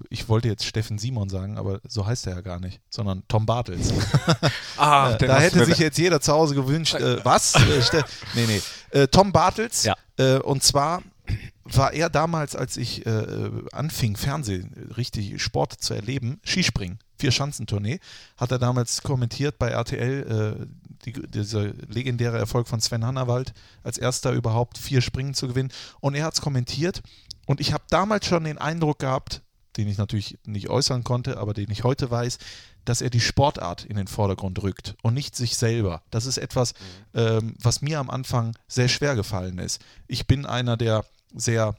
[SPEAKER 2] ich wollte jetzt Steffen Simon sagen, aber so heißt er ja gar nicht, sondern Tom Bartels.
[SPEAKER 1] Ah,
[SPEAKER 2] Äh, da hätte sich jetzt jeder zu Hause gewünscht, äh, was? Äh, Ste- nee, nee. Äh, Tom Bartels.
[SPEAKER 1] Ja.
[SPEAKER 2] Äh, und zwar war er damals, als ich äh, anfing, Fernsehen, richtig Sport zu erleben, Skispringen, Vier-Schanzentournee, hat er damals kommentiert bei RTL, äh, die, dieser legendäre Erfolg von Sven Hannawald, als erster überhaupt vier Springen zu gewinnen. Und er hat es kommentiert. Und ich habe damals schon den Eindruck gehabt, den ich natürlich nicht äußern konnte, aber den ich heute weiß, dass er die Sportart in den Vordergrund rückt und nicht sich selber. Das ist etwas, ähm, was mir am Anfang sehr schwer gefallen ist. Ich bin einer, der sehr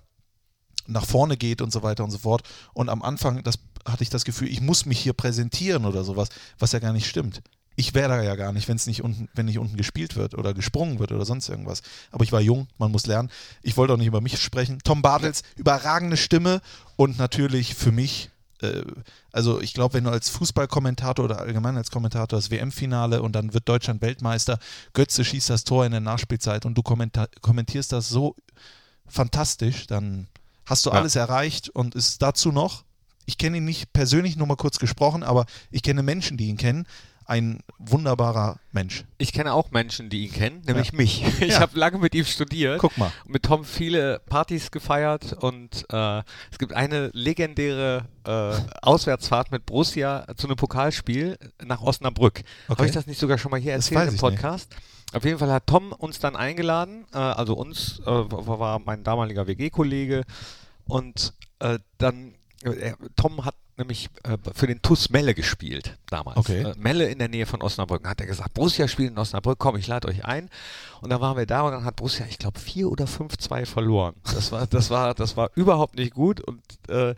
[SPEAKER 2] nach vorne geht und so weiter und so fort. Und am Anfang das, hatte ich das Gefühl, ich muss mich hier präsentieren oder sowas, was ja gar nicht stimmt. Ich wäre da ja gar nicht, wenn es nicht unten, wenn nicht unten gespielt wird oder gesprungen wird oder sonst irgendwas. Aber ich war jung, man muss lernen. Ich wollte auch nicht über mich sprechen. Tom Bartels, überragende Stimme und natürlich für mich äh, also ich glaube, wenn du als Fußballkommentator oder allgemein als Kommentator das WM-Finale und dann wird Deutschland Weltmeister, Götze schießt das Tor in der Nachspielzeit und du kommenta- kommentierst das so fantastisch, dann hast du
[SPEAKER 1] Ja.
[SPEAKER 2] alles erreicht und ist dazu noch, ich kenne ihn nicht persönlich, nur mal kurz gesprochen, aber ich kenne Menschen, die ihn kennen, ein wunderbarer Mensch.
[SPEAKER 1] Ich kenne auch Menschen, die ihn kennen, nämlich
[SPEAKER 2] Ja.
[SPEAKER 1] mich. Ich
[SPEAKER 2] Ja.
[SPEAKER 1] habe lange mit ihm studiert.
[SPEAKER 2] Guck mal.
[SPEAKER 1] Mit Tom viele Partys gefeiert und äh, es gibt eine legendäre äh, Auswärtsfahrt mit Borussia zu einem Pokalspiel nach Osnabrück.
[SPEAKER 2] Okay.
[SPEAKER 1] Habe ich das nicht sogar schon mal hier
[SPEAKER 2] Das
[SPEAKER 1] erzählt
[SPEAKER 2] weiß
[SPEAKER 1] im
[SPEAKER 2] ich nicht.
[SPEAKER 1] Podcast? Auf jeden Fall hat Tom uns dann eingeladen, äh, also uns, äh, war war mein damaliger WG-Kollege und äh, dann, äh, er- Tom hat nämlich äh, für den TUS Melle gespielt damals.
[SPEAKER 2] Okay.
[SPEAKER 1] Äh, Melle in der Nähe von Osnabrück. Hat er gesagt, Borussia spielt in Osnabrück, komm, ich lade euch ein. Und dann waren wir da und dann hat Borussia, ich glaube, 4 oder 5-2 verloren. Das war, das war, das war überhaupt nicht gut und äh,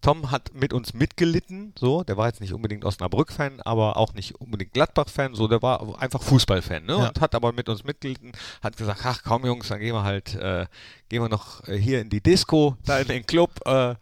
[SPEAKER 1] Tom hat mit uns mitgelitten, so, der war jetzt nicht unbedingt Osnabrück-Fan, aber auch nicht unbedingt Gladbach-Fan, so, der war einfach Fußball-Fan, ne?
[SPEAKER 2] Ja.
[SPEAKER 1] Und hat aber mit uns mitgelitten, hat gesagt, ach komm Jungs, dann gehen wir halt, äh, gehen wir noch äh, hier in die Disco, da in den Club, äh,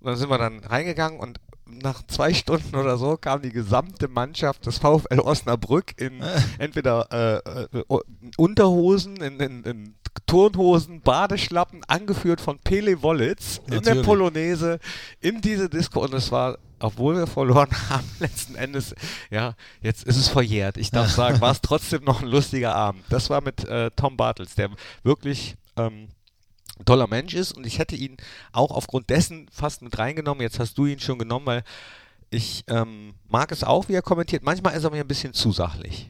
[SPEAKER 1] und dann sind wir dann reingegangen und nach zwei Stunden oder so kam die gesamte Mannschaft des VfL Osnabrück in entweder äh, äh, O- Unterhosen, in, in, in Turnhosen, Badeschlappen, angeführt von Pele Wollitz in der
[SPEAKER 2] Natürlich.
[SPEAKER 1] Polonaise in diese Disco und es war, obwohl wir verloren haben, letzten Endes, ja, jetzt ist es verjährt. Ich darf sagen, war es trotzdem noch ein lustiger Abend. Das war mit äh, Tom Bartels, der wirklich ähm, ein toller Mensch ist und ich hätte ihn auch aufgrund dessen fast mit reingenommen. Jetzt hast du ihn schon genommen, weil ich ähm, mag es auch, wie er kommentiert. Manchmal ist er mir ein bisschen zu sachlich.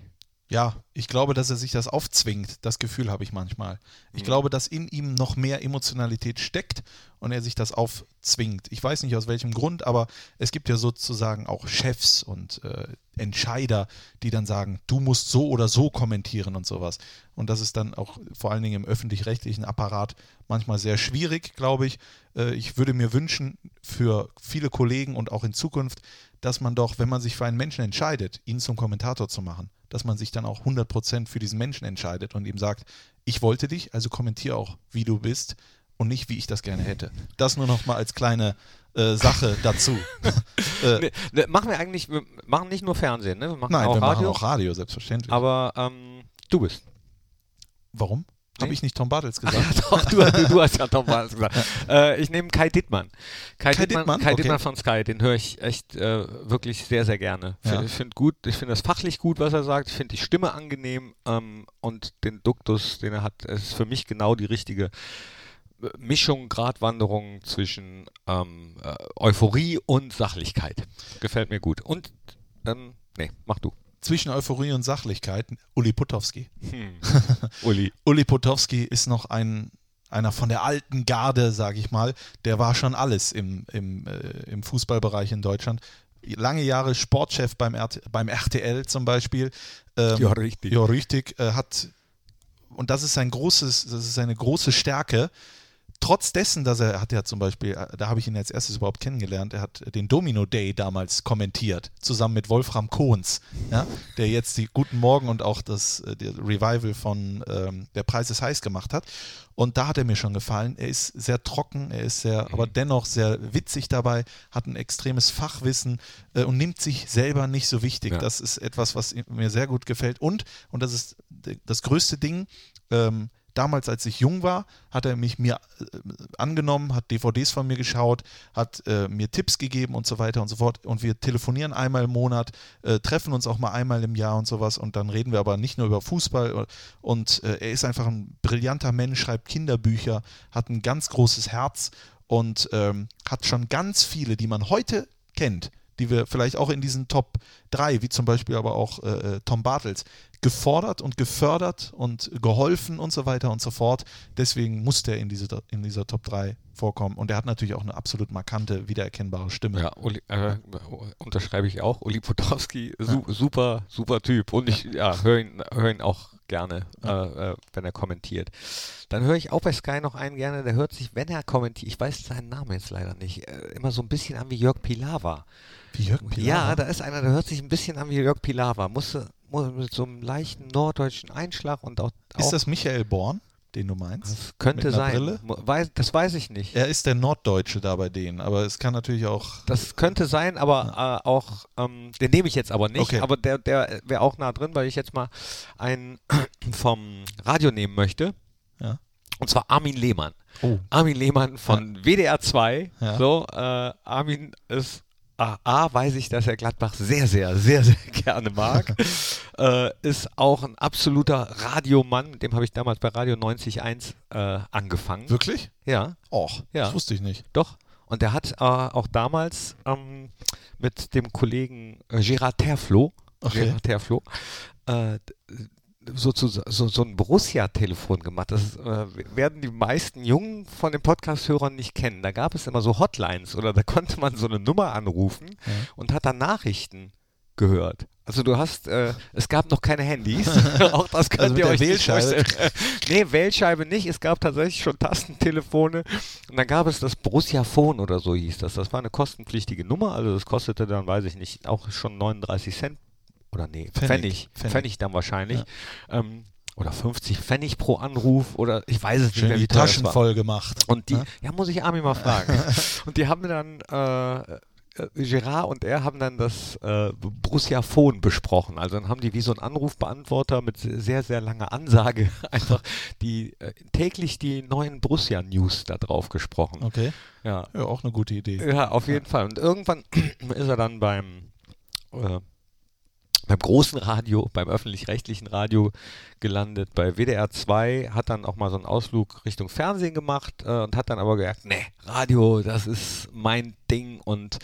[SPEAKER 2] Ja, ich glaube, dass er sich das aufzwingt. Das Gefühl habe ich manchmal. Ich glaube, dass in ihm noch mehr Emotionalität steckt und er sich das aufzwingt. Ich weiß nicht aus welchem Grund, aber es gibt ja sozusagen auch Chefs und äh, Entscheider, die dann sagen, du musst so oder so kommentieren und sowas. Und das ist dann auch vor allen Dingen im öffentlich-rechtlichen Apparat manchmal sehr schwierig, glaube ich. Äh, ich würde mir wünschen für viele Kollegen und auch in Zukunft, dass man doch, wenn man sich für einen Menschen entscheidet, ihn zum Kommentator zu machen, dass man sich dann auch 100% für diesen Menschen entscheidet und ihm sagt, ich wollte dich, also kommentiere auch, wie du bist und nicht, wie ich das gerne hätte. Das nur noch mal als kleine äh, Sache dazu. äh,
[SPEAKER 1] Ne, ne, machen wir eigentlich, wir machen nicht nur Fernsehen, ne? Wir machen
[SPEAKER 2] nein,
[SPEAKER 1] auch
[SPEAKER 2] wir
[SPEAKER 1] Radio.
[SPEAKER 2] machen auch Radio, selbstverständlich.
[SPEAKER 1] aber ähm, du bist.
[SPEAKER 2] Warum? Habe
[SPEAKER 1] Nee.
[SPEAKER 2] ich nicht Tom Bartels
[SPEAKER 1] Ach ja,
[SPEAKER 2] gesagt?
[SPEAKER 1] doch, du, du, du hast ja doch mal alles gesagt. Äh, ich nehme Kai Dittmann. Kai,
[SPEAKER 2] Kai
[SPEAKER 1] Dittmann,
[SPEAKER 2] Dittmann?
[SPEAKER 1] Kai
[SPEAKER 2] Okay.
[SPEAKER 1] Dittmann von Sky, den höre ich echt äh, wirklich sehr, sehr gerne. F-
[SPEAKER 2] Ja.
[SPEAKER 1] Ich finde gut, ich finde das fachlich gut, was er sagt. Ich finde die Stimme angenehm ähm, und den Duktus, den er hat, ist für mich genau die richtige äh, Mischung, Gratwanderung zwischen ähm, äh, Euphorie und Sachlichkeit. Gefällt mir gut. Und ähm, nee, mach du.
[SPEAKER 2] Zwischen Euphorie und Sachlichkeit, Uli Putowski.
[SPEAKER 1] Uli.
[SPEAKER 2] Uli Potowski ist noch ein, einer von der alten Garde, sage ich mal. Der war schon alles im, im, äh, im Fußballbereich in Deutschland. Lange Jahre Sportchef beim, RT, beim RTL zum Beispiel. Ähm,
[SPEAKER 1] Ja, richtig.
[SPEAKER 2] Ja, richtig. Äh, hat, und das ist sein großes, das ist seine große Stärke. Trotz dessen, dass er hat ja zum Beispiel, äh, da habe ich ihn als erstes überhaupt kennengelernt, er hat den Domino Day damals kommentiert, zusammen mit Wolfram Kohns, ja, der jetzt die Guten Morgen und auch das äh, der Revival von ähm, Der Preis ist heiß gemacht hat. Und da hat er mir schon gefallen. Er ist sehr trocken, er ist sehr, aber dennoch sehr witzig dabei, hat ein extremes Fachwissen äh, und nimmt sich selber nicht so wichtig.
[SPEAKER 1] Ja.
[SPEAKER 2] Das das ist etwas, was mir sehr gut gefällt. Und, und das ist d- das größte Ding, ähm, damals, als ich jung war, hat er mich mir äh, angenommen, hat DVDs von mir geschaut, hat äh, mir Tipps gegeben und so weiter und so fort. Und wir telefonieren einmal im Monat, äh, treffen uns auch mal einmal im Jahr und sowas. Und dann reden wir aber nicht nur über Fußball. Und äh, er ist einfach ein brillanter Mensch, schreibt Kinderbücher, hat ein ganz großes Herz und ähm, hat schon ganz viele, die man heute kennt, die wir vielleicht auch in diesen Top 3, wie zum Beispiel aber auch äh, äh, Tom Bartels, gefordert und gefördert und geholfen und so weiter und so fort. Deswegen musste er in, diese, in dieser Top 3 vorkommen. Und er hat natürlich auch eine absolut markante, wiedererkennbare Stimme.
[SPEAKER 1] Ja, Uli, äh, unterschreibe ich auch. Uli Podowski, su super, super Typ. Und ich ja, höre ihn, hör ihn auch gerne, äh, äh, wenn er kommentiert. Dann höre ich auch bei Sky noch einen gerne, der hört sich, wenn er kommentiert, ich weiß seinen Namen jetzt leider nicht, äh, immer so ein bisschen an wie Jörg Pilawa.
[SPEAKER 2] Wie Jörg
[SPEAKER 1] Ja, da ist einer, der hört sich ein bisschen an wie Jörg Pilawa. Musste muss mit so einem leichten norddeutschen Einschlag und auch, auch
[SPEAKER 2] Ist das Michael Born? den du meinst?
[SPEAKER 1] Das könnte
[SPEAKER 2] Mit einer
[SPEAKER 1] sein.
[SPEAKER 2] Brille?
[SPEAKER 1] Mo- Weiß, das weiß ich nicht.
[SPEAKER 2] Er ist der Norddeutsche da bei denen, aber es kann natürlich auch.
[SPEAKER 1] Das könnte sein, aber äh, auch, ähm, den nehme ich jetzt aber nicht.
[SPEAKER 2] Okay.
[SPEAKER 1] Aber der, der wäre auch nah drin, weil ich jetzt mal einen vom Radio nehmen möchte.
[SPEAKER 2] Ja.
[SPEAKER 1] Und zwar Armin Lehmann.
[SPEAKER 2] Oh.
[SPEAKER 1] Armin Lehmann von WDR 2.
[SPEAKER 2] Ja.
[SPEAKER 1] So, äh, Armin ist. A, A weiß ich, dass er Gladbach sehr, sehr, sehr, sehr gerne mag. äh, ist auch ein absoluter Radiomann. Mit dem habe ich damals bei Radio 90.1 äh, angefangen.
[SPEAKER 2] Wirklich?
[SPEAKER 1] Ja,
[SPEAKER 2] Och,
[SPEAKER 1] Ja.
[SPEAKER 2] das wusste ich nicht.
[SPEAKER 1] doch. Und der hat äh, auch damals ähm, mit dem Kollegen äh, Gerard Terflo,
[SPEAKER 2] Okay.
[SPEAKER 1] Gerard Terflo äh, d- so, zu, so, so ein Borussia-Telefon gemacht. Das äh, werden die meisten Jungen von den Podcast-Hörern nicht kennen. Da gab es immer so Hotlines oder da konnte man so eine Nummer anrufen und hat dann Nachrichten gehört. Also du hast, äh, es gab noch keine Handys. Auch das könnt
[SPEAKER 2] Also mit
[SPEAKER 1] ihr
[SPEAKER 2] der
[SPEAKER 1] euch nicht
[SPEAKER 2] Wählscheibe.
[SPEAKER 1] vorstellen. nee, Wählscheibe nicht. Es gab tatsächlich schon Tastentelefone. Und dann gab es das Borussia Phone oder so hieß das. Das war eine kostenpflichtige Nummer. Also das kostete dann, weiß ich nicht, auch schon 39 Cent oder nee,
[SPEAKER 2] Pfennig.
[SPEAKER 1] Pfennig. Pfennig,
[SPEAKER 2] Pfennig.
[SPEAKER 1] dann wahrscheinlich. Ähm, oder 50 Pfennig pro Anruf oder ich weiß es nicht
[SPEAKER 2] Schön
[SPEAKER 1] mehr,
[SPEAKER 2] die
[SPEAKER 1] wie teuer
[SPEAKER 2] Taschen
[SPEAKER 1] das war.
[SPEAKER 2] voll gemacht.
[SPEAKER 1] Und die,
[SPEAKER 2] Ne?
[SPEAKER 1] ja, muss ich Armin mal fragen. und die haben dann, äh, äh, Gerard und er haben dann das äh, Borussia Phone besprochen. Also dann haben die wie so einen Anrufbeantworter mit sehr, sehr langer Ansage einfach die äh, täglich die neuen Borussia News da drauf gesprochen.
[SPEAKER 2] Okay.
[SPEAKER 1] Ja.
[SPEAKER 2] Ja, auch eine gute Idee.
[SPEAKER 1] Ja, auf jeden Fall. Und irgendwann ist er dann beim, äh, beim großen Radio, beim öffentlich-rechtlichen Radio gelandet, bei WDR 2, hat dann auch mal so einen Ausflug Richtung Fernsehen gemacht äh, und hat dann aber gemerkt, nee, Radio, das ist mein Ding und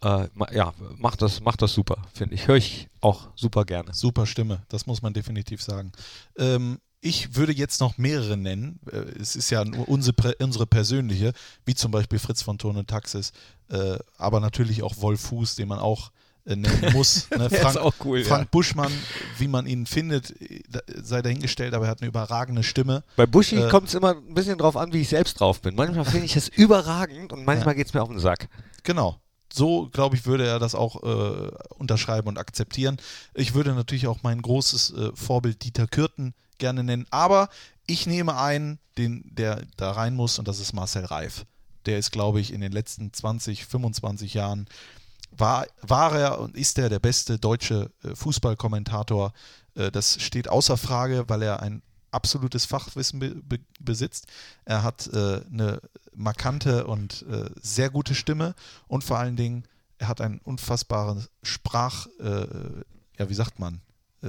[SPEAKER 1] äh, ma- ja, macht das, macht das super, finde ich. Höre ich auch super gerne.
[SPEAKER 2] Super Stimme, das muss man definitiv sagen. Ähm, ich würde jetzt noch mehrere nennen. Äh, Es ist ja nur unsere, pre- unsere persönliche, wie zum Beispiel Fritz von Turn und Taxis, äh, aber natürlich auch Wolf Fuß, den man auch äh, nennen muss. Ne?
[SPEAKER 1] Der ist auch cool, ja.
[SPEAKER 2] Frank Buschmann, wie man ihn findet, äh, da- sei dahingestellt, aber er hat eine überragende Stimme.
[SPEAKER 1] Bei Buschi
[SPEAKER 2] Äh,
[SPEAKER 1] kommt es immer ein bisschen drauf an, wie ich selbst drauf bin. Manchmal finde ich es überragend und manchmal geht es mir auf den Sack.
[SPEAKER 2] Genau. So, glaube ich, würde er das auch äh, unterschreiben und akzeptieren. Ich würde natürlich auch mein großes äh, Vorbild Dieter Kürten gerne nennen, aber ich nehme einen, den, der da rein muss, und das ist Marcel Reif. Der ist, glaube ich, in den letzten 20, 25 Jahren war, war er und ist er der beste deutsche äh, Fußballkommentator. Äh, das steht außer Frage, weil er ein absolutes Fachwissen be be besitzt. Er hat äh, eine markante und äh, sehr gute Stimme und vor allen Dingen, er hat einen unfassbaren Sprach, äh, ja, wie sagt man? Äh,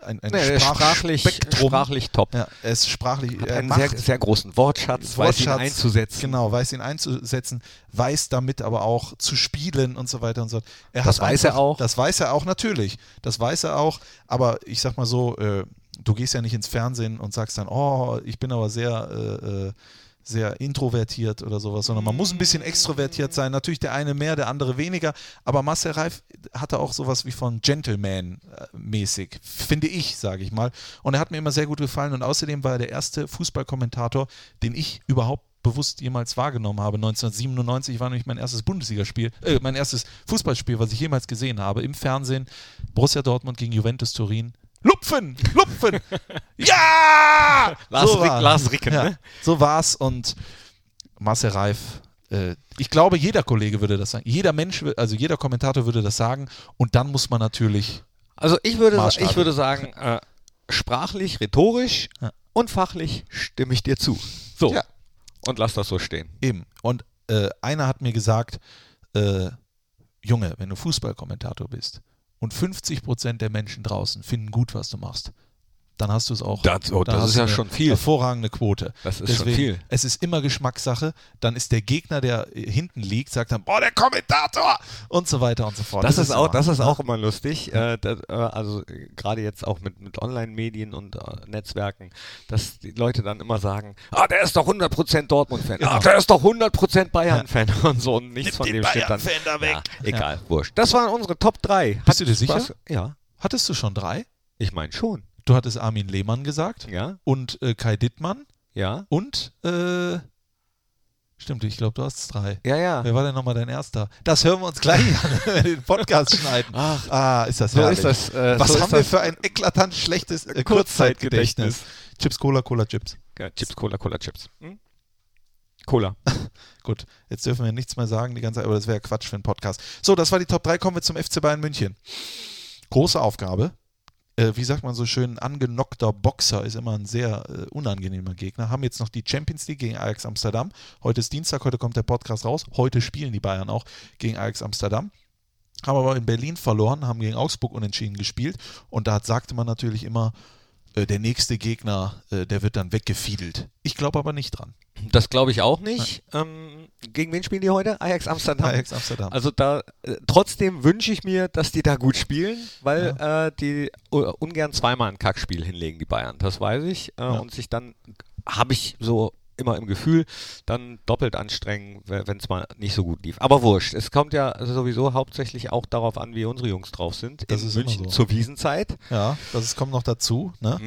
[SPEAKER 2] ein, ein
[SPEAKER 1] Nee, er ist sprachlich,
[SPEAKER 2] Sprachspektrum.
[SPEAKER 1] sprachlich top.
[SPEAKER 2] Ja, er ist sprachlich.
[SPEAKER 1] Hat
[SPEAKER 2] er
[SPEAKER 1] einen
[SPEAKER 2] macht
[SPEAKER 1] sehr, sehr großen Wortschatz, weiß ihn
[SPEAKER 2] Wortschatz,
[SPEAKER 1] einzusetzen.
[SPEAKER 2] Genau, weiß ihn einzusetzen, weiß damit aber auch zu spielen und so weiter und so fort. Er
[SPEAKER 1] Das
[SPEAKER 2] hat
[SPEAKER 1] weiß er auch.
[SPEAKER 2] Das weiß er auch, natürlich. Das weiß er auch. Aber ich sag mal so, äh, du gehst ja nicht ins Fernsehen und sagst dann, oh, ich bin aber sehr. Äh, äh, sehr introvertiert oder sowas, sondern man muss ein bisschen extrovertiert sein. Natürlich der eine mehr, der andere weniger. Aber Marcel Reif hatte auch sowas wie von Gentleman-mäßig, finde ich, sage ich mal. Und er hat mir immer sehr gut gefallen. Und außerdem war er der erste Fußballkommentator, den ich überhaupt bewusst jemals wahrgenommen habe. 1997 war nämlich mein erstes Bundesligaspiel, äh, mein erstes Fußballspiel, was ich jemals gesehen habe, im Fernsehen. Borussia Dortmund gegen Juventus Turin. Lupfen! Lupfen! ja!
[SPEAKER 1] Lars Rick-
[SPEAKER 2] war-
[SPEAKER 1] Lars Ricken,
[SPEAKER 2] ja,
[SPEAKER 1] ne?
[SPEAKER 2] So war's und Marcel Reif, äh, ich glaube, jeder Kollege würde das sagen. Jeder Mensch, wür- also jeder Kommentator würde das sagen. Und dann muss man natürlich,
[SPEAKER 1] Also ich würde, sa-
[SPEAKER 2] Maßstab.
[SPEAKER 1] ich würde sagen, äh, sprachlich, rhetorisch
[SPEAKER 2] Ja.
[SPEAKER 1] und fachlich stimme ich dir zu. So.
[SPEAKER 2] Ja.
[SPEAKER 1] Und lass das so stehen.
[SPEAKER 2] eben. Und äh, einer hat mir gesagt, äh, Junge, wenn du Fußballkommentator bist und 50 Prozent der Menschen draußen finden gut, was du machst, dann hast du es auch.
[SPEAKER 1] Das- oh,
[SPEAKER 2] dann
[SPEAKER 1] das
[SPEAKER 2] hast
[SPEAKER 1] ist
[SPEAKER 2] du
[SPEAKER 1] ja
[SPEAKER 2] eine
[SPEAKER 1] schon viel.
[SPEAKER 2] Hervorragende Quote.
[SPEAKER 1] Das ist schon viel.
[SPEAKER 2] Es ist immer Geschmackssache. Dann ist der Gegner, der äh, hinten liegt, sagt dann, boah, der Kommentator und so weiter und so fort.
[SPEAKER 1] Das, ist auch,
[SPEAKER 2] immer-
[SPEAKER 1] das ist auch immer lustig. Äh, das, äh, also äh, gerade jetzt auch mit, mit Online-Medien und äh, Netzwerken, dass die Leute dann immer sagen, ah, der ist doch 100% Dortmund-Fan. Ah, der ist doch 100% Bayern-Fan und so. Und nichts
[SPEAKER 2] Nimm
[SPEAKER 1] von
[SPEAKER 2] Genau. den
[SPEAKER 1] dem steht dann.
[SPEAKER 2] Bayern-Fan da weg.
[SPEAKER 1] Ja, egal, wurscht. Das waren unsere Top 3.
[SPEAKER 2] Bist du dir sicher?
[SPEAKER 1] Ja,
[SPEAKER 2] Hattest du schon drei?
[SPEAKER 1] ich meine schon.
[SPEAKER 2] Du hattest Armin Lehmann gesagt
[SPEAKER 1] Ja,
[SPEAKER 2] und äh, Kai Dittmann
[SPEAKER 1] ja.
[SPEAKER 2] und äh, stimmt, ich glaube, du hast drei.
[SPEAKER 1] Ja, ja.
[SPEAKER 2] Wer war denn nochmal dein erster? Das hören wir uns gleich an, wenn wir den Podcast schneiden. Ach, ah, ist das
[SPEAKER 1] So
[SPEAKER 2] herrlich.
[SPEAKER 1] ist das, äh,
[SPEAKER 2] Was
[SPEAKER 1] so
[SPEAKER 2] haben
[SPEAKER 1] ist
[SPEAKER 2] wir
[SPEAKER 1] das-
[SPEAKER 2] für ein eklatant schlechtes äh, Kurzzeitgedächtnis. Chips Cola, Cola Chips.
[SPEAKER 1] Ja, Chips, Cola, Cola, Chips. Hm? Cola.
[SPEAKER 2] Gut, jetzt dürfen wir nichts mehr sagen die ganze Zeit, aber das wäre ja Quatsch für einen Podcast. So, das war die Top 3. Kommen wir zum FC Bayern München. Große Aufgabe. Äh, wie sagt man so schön, angenockter Boxer ist immer ein sehr äh, unangenehmer Gegner. Haben jetzt noch die Champions League gegen Ajax Amsterdam. Heute ist Dienstag, heute kommt der Podcast raus. Heute spielen die Bayern auch gegen Ajax Amsterdam. Haben aber in Berlin verloren, haben gegen Augsburg unentschieden gespielt. Und da hat- sagte man natürlich immer, äh, der nächste Gegner, äh, der wird dann weggefiedelt. Ich glaube aber nicht dran.
[SPEAKER 1] Das glaube ich auch nicht. Ähm, gegen wen spielen die heute? Ajax Amsterdam.
[SPEAKER 2] Ajax Amsterdam.
[SPEAKER 1] Also da äh, trotzdem wünsche ich mir, dass die da gut spielen, weil äh, die u- ungern zweimal ein Kackspiel hinlegen, die Bayern. Das weiß ich. Äh, Und sich dann habe ich so immer im Gefühl, dann doppelt anstrengen, wenn es mal nicht so gut lief. Aber wurscht. Es kommt ja sowieso hauptsächlich auch darauf an, wie unsere Jungs drauf sind.
[SPEAKER 2] Das
[SPEAKER 1] in
[SPEAKER 2] ist immer
[SPEAKER 1] München
[SPEAKER 2] so.
[SPEAKER 1] zur Wiesenzeit.
[SPEAKER 2] Ja, das ist, kommt noch dazu. Ne?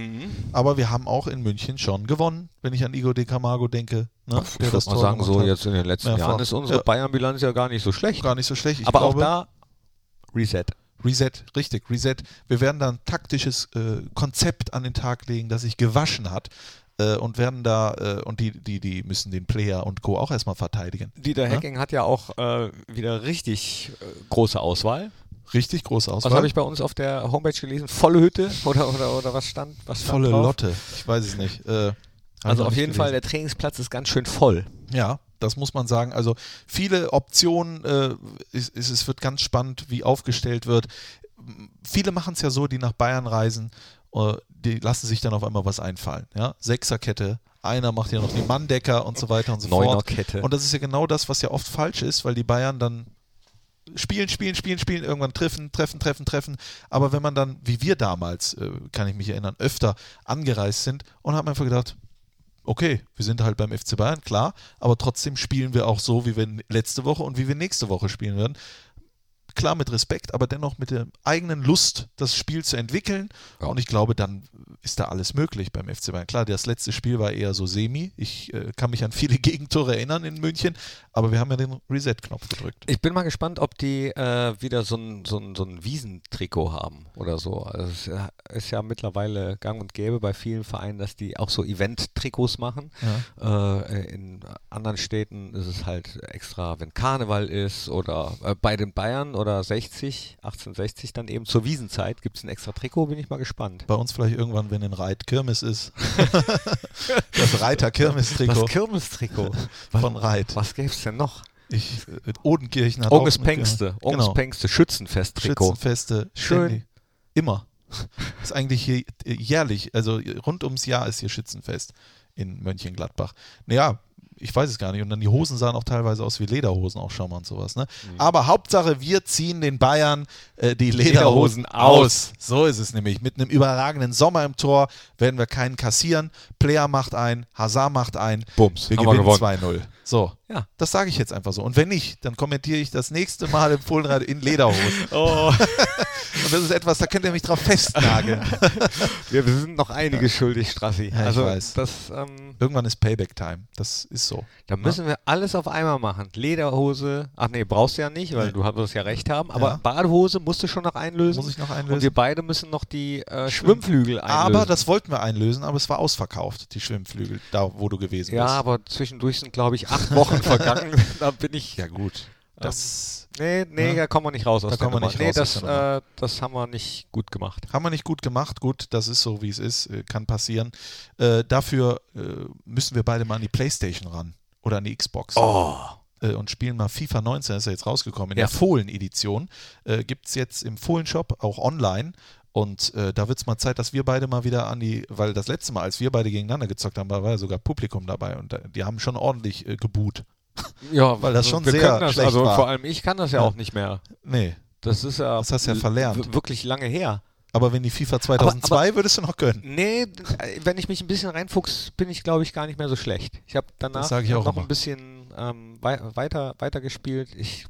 [SPEAKER 2] Aber wir haben auch in München schon gewonnen, wenn ich an Igor De Camargo denke. Ne?
[SPEAKER 1] Ich würde mal
[SPEAKER 2] Tor
[SPEAKER 1] sagen,
[SPEAKER 2] gemacht
[SPEAKER 1] so
[SPEAKER 2] hat.
[SPEAKER 1] jetzt in den letzten
[SPEAKER 2] Mehrfach.
[SPEAKER 1] Jahren ist unsere
[SPEAKER 2] Ja.
[SPEAKER 1] Bayern-Bilanz ja gar nicht so schlecht.
[SPEAKER 2] Gar nicht so schlecht. Ich
[SPEAKER 1] Aber
[SPEAKER 2] glaube,
[SPEAKER 1] auch da Reset.
[SPEAKER 2] Reset, richtig, Reset. Wir werden da ein taktisches äh, Konzept an den Tag legen, das sich gewaschen hat. Äh, und werden da, äh, und die, die, die müssen den Player und Co. auch erstmal verteidigen.
[SPEAKER 1] Dieter Hacking hat ja auch äh, wieder richtig äh, große Auswahl.
[SPEAKER 2] Richtig große
[SPEAKER 1] Was
[SPEAKER 2] Auswahl.
[SPEAKER 1] habe ich bei uns auf der Homepage gelesen? Volle Hütte oder, oder, oder was stand? Was stand
[SPEAKER 2] Volle
[SPEAKER 1] drauf?
[SPEAKER 2] Lotte. Ich weiß es nicht. Äh, hab ich
[SPEAKER 1] Also
[SPEAKER 2] noch
[SPEAKER 1] auf
[SPEAKER 2] nicht
[SPEAKER 1] jeden
[SPEAKER 2] gelesen.
[SPEAKER 1] Fall, der Trainingsplatz ist ganz schön voll.
[SPEAKER 2] Ja, das muss man sagen. Also viele Optionen, äh, es, es, es wird ganz spannend, wie aufgestellt wird. M- Viele machen es ja so, die nach Bayern reisen, äh, die lassen sich dann auf einmal was einfallen. Ja? Sechserkette, einer macht ja noch die Manndecker und so weiter und so fort.
[SPEAKER 1] Neunerkette.
[SPEAKER 2] Und das ist ja genau das, was ja oft falsch ist, weil die Bayern dann spielen, spielen, spielen, spielen, irgendwann treffen, treffen, treffen, treffen. Aber wenn man dann, wie wir damals, äh, kann ich mich erinnern, öfter angereist sind und haben einfach gedacht, okay, wir sind halt beim FC Bayern, klar, aber trotzdem spielen wir auch so, wie wir letzte Woche und wie wir nächste Woche spielen werden. Klar mit Respekt, aber dennoch mit der eigenen Lust, das Spiel zu entwickeln.
[SPEAKER 1] Ja.
[SPEAKER 2] Und ich glaube, dann ist da alles möglich beim FC Bayern. Klar, das letzte Spiel war eher so semi. Ich äh, kann mich an viele Gegentore erinnern in München, aber wir haben ja den Reset-Knopf gedrückt.
[SPEAKER 1] Ich bin mal gespannt, ob die äh, wieder so ein, so, ein, so ein Wiesentrikot haben oder so. Also es ist ja- ist ja mittlerweile gang und gäbe bei vielen Vereinen, dass die auch so Event-Trikots machen. Äh, in anderen Städten ist es halt extra, wenn Karneval ist oder äh, bei den Bayern oder 60, 1860 dann eben zur Wiesenzeit gibt es ein extra Trikot, bin ich mal gespannt.
[SPEAKER 2] Bei uns vielleicht irgendwann, wenn in Reit Kirmes ist. das Reiter-Kirmes-Trikot
[SPEAKER 1] Das Kirmes-Trikot.
[SPEAKER 2] von Reit.
[SPEAKER 1] Was gäbe es denn noch?
[SPEAKER 2] Ich, äh, Odenkirchen hat
[SPEAKER 1] Onges
[SPEAKER 2] auch eine Kirmes-
[SPEAKER 1] Pengste, Onges
[SPEAKER 2] Genau.
[SPEAKER 1] Pengste, Schützenfest-Trikot.
[SPEAKER 2] Schützenfeste.
[SPEAKER 1] Schön.
[SPEAKER 2] ständig. Immer. Ist eigentlich hier jährlich, also rund ums Jahr ist hier Schützenfest in Mönchengladbach. Naja, ich weiß es gar nicht. Und dann die Hosen sahen auch teilweise aus wie Lederhosen, auch schon mal und sowas. Ne?
[SPEAKER 1] Mhm.
[SPEAKER 2] Aber Hauptsache, wir ziehen den Bayern äh, die Lederhosen,
[SPEAKER 1] Lederhosen
[SPEAKER 2] aus.
[SPEAKER 1] aus.
[SPEAKER 2] So ist es nämlich. Mit einem überragenden Sommer im Tor werden wir keinen kassieren. Player macht ein, Hazard macht ein.
[SPEAKER 1] Bums,
[SPEAKER 2] Wir
[SPEAKER 1] haben wir
[SPEAKER 2] gewinnen
[SPEAKER 1] gewonnen.
[SPEAKER 2] 2-0. So,
[SPEAKER 1] Ja.
[SPEAKER 2] das sage ich jetzt einfach so. Und wenn nicht, dann kommentiere ich das nächste Mal im Fohlenrad in Lederhosen.
[SPEAKER 1] Oh,
[SPEAKER 2] Und das ist etwas, da könnt ihr mich drauf festnageln.
[SPEAKER 1] wir sind noch einige schuldig, Strassi.
[SPEAKER 2] Ja, ich
[SPEAKER 1] also
[SPEAKER 2] weiß.
[SPEAKER 1] das, ähm,
[SPEAKER 2] Irgendwann ist Payback-Time. Das ist so.
[SPEAKER 1] da müssen wir alles auf einmal machen. Lederhose, ach nee, brauchst du ja nicht, weil
[SPEAKER 2] Nee.
[SPEAKER 1] du wirst ja recht haben, aber
[SPEAKER 2] Ja.
[SPEAKER 1] Badehose musst du schon noch einlösen.
[SPEAKER 2] Muss ich noch
[SPEAKER 1] Und
[SPEAKER 2] einlösen?
[SPEAKER 1] wir beide müssen noch die äh, Schwimmflügel einlösen.
[SPEAKER 2] Aber das wollten wir einlösen, aber es war ausverkauft, die Schwimmflügel, da wo du gewesen
[SPEAKER 1] ja,
[SPEAKER 2] bist.
[SPEAKER 1] aber zwischendurch sind, glaube ich, acht Wochen vergangen. da bin ich. Ähm,
[SPEAKER 2] ja, gut. Das
[SPEAKER 1] Nee, nee,
[SPEAKER 2] Ja.
[SPEAKER 1] Ne? da kommen wir nicht raus aus
[SPEAKER 2] Da
[SPEAKER 1] der
[SPEAKER 2] kommen wir
[SPEAKER 1] Nummer.
[SPEAKER 2] nicht
[SPEAKER 1] nee,
[SPEAKER 2] raus aus
[SPEAKER 1] das,
[SPEAKER 2] der Nummer.
[SPEAKER 1] äh, das haben wir nicht gut gemacht.
[SPEAKER 2] haben wir nicht gut gemacht. Gut, das ist so, wie es ist. äh, Kann passieren. Äh, dafür äh, müssen wir beide mal an die Playstation ran oder an die Xbox. Äh, Und spielen mal FIFA 19, das ist ja jetzt rausgekommen. In
[SPEAKER 1] Ja.
[SPEAKER 2] der Fohlen-Edition äh, gibt es jetzt im Fohlen-Shop auch online. Und äh, da wird es mal Zeit, dass wir beide mal wieder an die, weil das letzte Mal, als wir beide gegeneinander gezockt haben, war war ja sogar Publikum dabei und äh, die haben schon ordentlich äh, geboot.
[SPEAKER 1] Ja,
[SPEAKER 2] Weil das schon
[SPEAKER 1] wir
[SPEAKER 2] sehr
[SPEAKER 1] können das,
[SPEAKER 2] schlecht
[SPEAKER 1] also
[SPEAKER 2] war.
[SPEAKER 1] vor allem ich kann das ja,
[SPEAKER 2] Ja.
[SPEAKER 1] auch nicht mehr.
[SPEAKER 2] Nee,
[SPEAKER 1] Das ist ja,
[SPEAKER 2] Das hast du ja
[SPEAKER 1] l-
[SPEAKER 2] verlernt.
[SPEAKER 1] w- wirklich lange her.
[SPEAKER 2] aber wenn die FIFA 2002
[SPEAKER 1] Aber-
[SPEAKER 2] würdest du noch gönnen.
[SPEAKER 1] Nee, d- äh, wenn ich mich ein bisschen reinfuchs, bin ich glaube ich gar nicht mehr so schlecht. Ich habe danach
[SPEAKER 2] Das sag ich auch
[SPEAKER 1] noch
[SPEAKER 2] immer.
[SPEAKER 1] ein bisschen ähm, wei weiter weitergespielt. Ich